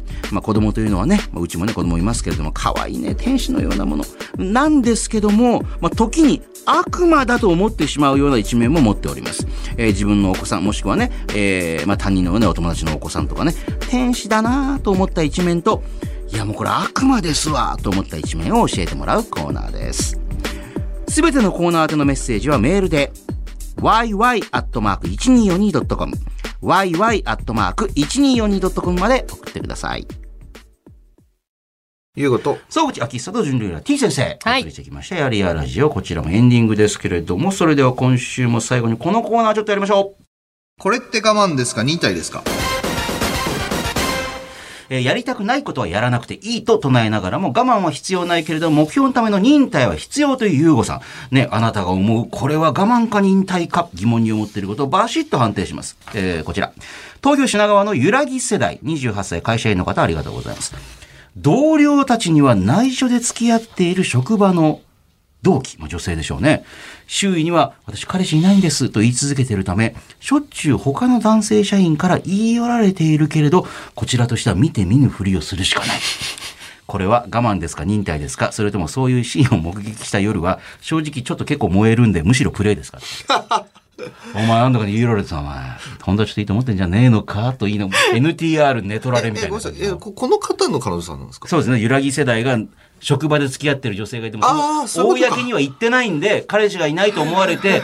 [SPEAKER 1] まあ、子供というのはね、まあうちもね、子供いますけれども、可愛いね、天使のようなもの。なんですけども、まあ、時に悪魔だと思ってしまうような一面も持っております。えー自分のお子さん、もしくはね、えーまあ、他人のようなお友達のお子さんとかね、天使だなぁと思った一面と、いやもうこれ悪魔ですわと思った一面を教えてもらうコーナーです。すべてのコーナー宛てのメッセージはメールで、yy.1242.com、yy.1242.com まで送ってください。
[SPEAKER 2] いうこと。
[SPEAKER 1] 総口秋久と準レギュラー T 先生。
[SPEAKER 3] はい
[SPEAKER 1] お送りしてきました。やりやラジオ。こちらもエンディングですけれども、それでは今週も最後にこのコーナーちょっとやりましょう。
[SPEAKER 2] これって我慢ですか忍耐ですか
[SPEAKER 1] えーやりたくないことはやらなくていいと唱えながらも、我慢は必要ないけれど、目標のための忍耐は必要という優吾さん。ね、あなたが思う、これは我慢か忍耐か、疑問に思っていることをバシッと判定します。えーこちら。東京品川のゆらぎ世代、28歳会社員の方、ありがとうございます。同僚たちには内緒で付き合っている職場の同期、まあ、女性でしょうね。周囲には、私彼氏いないんですと言い続けているため、しょっちゅう他の男性社員から言い寄られているけれど、こちらとしては見て見ぬふりをするしかない。これは我慢ですか忍耐ですかそれともそういうシーンを目撃した夜は、正直ちょっと結構燃えるんで、むしろプレイですかお前なんだかに言い寄られてた、お前。本当はちょっといいと思ってんじゃねえのかといいの。NTR 寝取られみた
[SPEAKER 2] え、
[SPEAKER 1] い
[SPEAKER 2] ごめん
[SPEAKER 1] な
[SPEAKER 2] なさ
[SPEAKER 1] 感
[SPEAKER 2] い。
[SPEAKER 1] じ
[SPEAKER 2] え、
[SPEAKER 1] の。
[SPEAKER 2] ここの方の彼女さんなんですか
[SPEAKER 1] そうですね。揺らぎ世代が職場で付き合ってる女性がいても、
[SPEAKER 2] あー
[SPEAKER 1] その
[SPEAKER 2] そういうことか
[SPEAKER 1] 公には行ってないんで、彼氏がいないと思われて、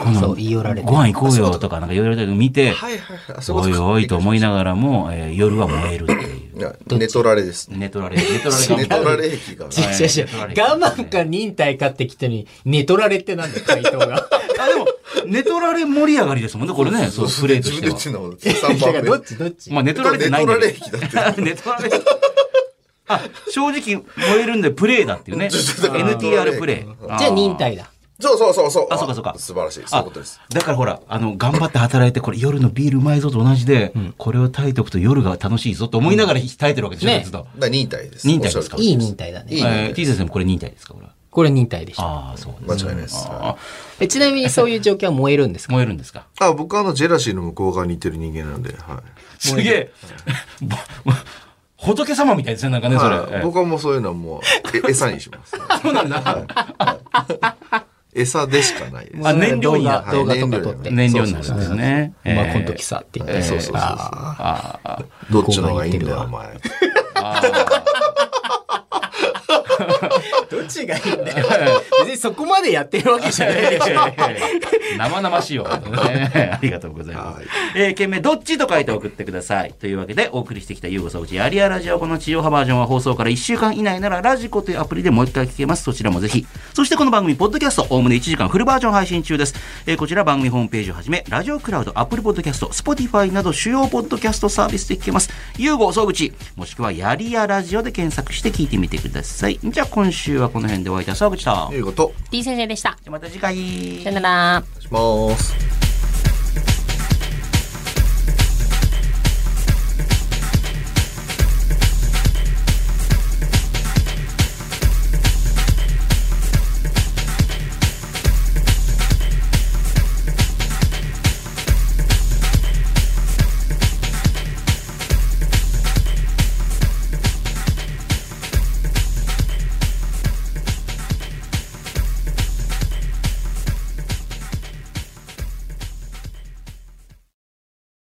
[SPEAKER 1] 今度
[SPEAKER 3] そう言い寄られて
[SPEAKER 1] ご飯行こうよとか、なんか言われたり見て、
[SPEAKER 2] はいはいはい。あそう
[SPEAKER 1] お
[SPEAKER 2] いう
[SPEAKER 1] い
[SPEAKER 2] こと
[SPEAKER 1] おいと思いながらも、えー夜は燃えるっていう。
[SPEAKER 2] いや寝取られです。
[SPEAKER 1] 寝取られ、寝取られ
[SPEAKER 2] 寝取
[SPEAKER 1] が
[SPEAKER 2] られ駅が。
[SPEAKER 1] 違う違う違う
[SPEAKER 3] 我慢か忍耐かってきてに、寝取られってなんだ、回 答が。
[SPEAKER 1] あ、でも、寝取られ盛り上がりですもんね、これね、そう、プレイとして
[SPEAKER 2] 自分
[SPEAKER 1] は
[SPEAKER 2] で言。ってんの3番目。
[SPEAKER 3] ちどっち
[SPEAKER 1] まあ、寝取られてないんだけど。
[SPEAKER 2] 寝 取
[SPEAKER 1] 寝取られあ、正直燃えるんでプレイだっていう ね。NTR プレイ。
[SPEAKER 3] じゃあ忍耐だ。
[SPEAKER 2] そうそうそうそう。
[SPEAKER 1] あそうかそうか
[SPEAKER 2] 素晴らしい。そうい
[SPEAKER 1] あ
[SPEAKER 2] うことです。
[SPEAKER 1] だからほら、あの、頑張って働いて、これ夜のビールうまいぞと同じで、これを耐えておくと夜が楽しいぞと思いながら耐えてるわけでしょ、
[SPEAKER 3] ね
[SPEAKER 1] ずっと。
[SPEAKER 2] だから忍耐です。
[SPEAKER 1] 忍耐ですか
[SPEAKER 2] おっし
[SPEAKER 3] いい忍耐だね。
[SPEAKER 2] いいね
[SPEAKER 1] えー T 先生もこれ忍耐ですか、これは。
[SPEAKER 3] これ忍耐でした。
[SPEAKER 1] ああ、そう
[SPEAKER 2] ゃ
[SPEAKER 1] で
[SPEAKER 2] る
[SPEAKER 1] す。
[SPEAKER 2] 間違いないです。
[SPEAKER 1] あ
[SPEAKER 3] えちなみにそういう状況は燃える んですか
[SPEAKER 1] 燃えるんですか。
[SPEAKER 2] あ、僕はあの、ジェラシーの向こう側にいてる人間なんで、は
[SPEAKER 1] すげえ。ぼぼ仏様みたいですね、なんか
[SPEAKER 2] い。
[SPEAKER 1] ね、それ。
[SPEAKER 2] は
[SPEAKER 1] え
[SPEAKER 2] い
[SPEAKER 1] ー
[SPEAKER 2] 僕はもうそういうのはもう、え餌にし ます。
[SPEAKER 1] そうなんだ。
[SPEAKER 2] 餌でしかないです。
[SPEAKER 1] あ燃料にな
[SPEAKER 3] 動画動画とか撮っ
[SPEAKER 2] は
[SPEAKER 3] て。
[SPEAKER 2] い
[SPEAKER 1] 燃料になるんですね。
[SPEAKER 3] お前
[SPEAKER 1] えー
[SPEAKER 3] この時さって言って。
[SPEAKER 2] えーそうそうそうそう
[SPEAKER 3] あ
[SPEAKER 1] ああ。
[SPEAKER 2] どっちの方がいいんだよ、お前。
[SPEAKER 3] ー どっちがいいんだよ。別にそこまでやってるわけじゃないでしょ。
[SPEAKER 1] 生々しいよ、ね。 ありがとうございます。えー、件名、どっちと書いて送ってください。というわけで、お送りしてきたゆうごさうち、やりやラジオ、この地上波バージョンは放送から1週間以内なら、ラジコというアプリでもう一回聞けます。そちらもぜひ。そしてこの番組、ポッドキャスト、おおむね1時間フルバージョン配信中です。えーこちら番組ホームページをはじめ、ラジオクラウド、アップルポッドキャスト、スポティファイなど主要ポッドキャストサービスで聞けます。ゆうごそうぐち、もしくはやりやラジオで検索して聞いてみてください。じゃあ今週はこの辺でお会いいたそうぐちと。
[SPEAKER 2] いうこと。
[SPEAKER 4] D 先生でした。
[SPEAKER 1] じゃあまた次回。
[SPEAKER 4] さよなら。
[SPEAKER 2] します。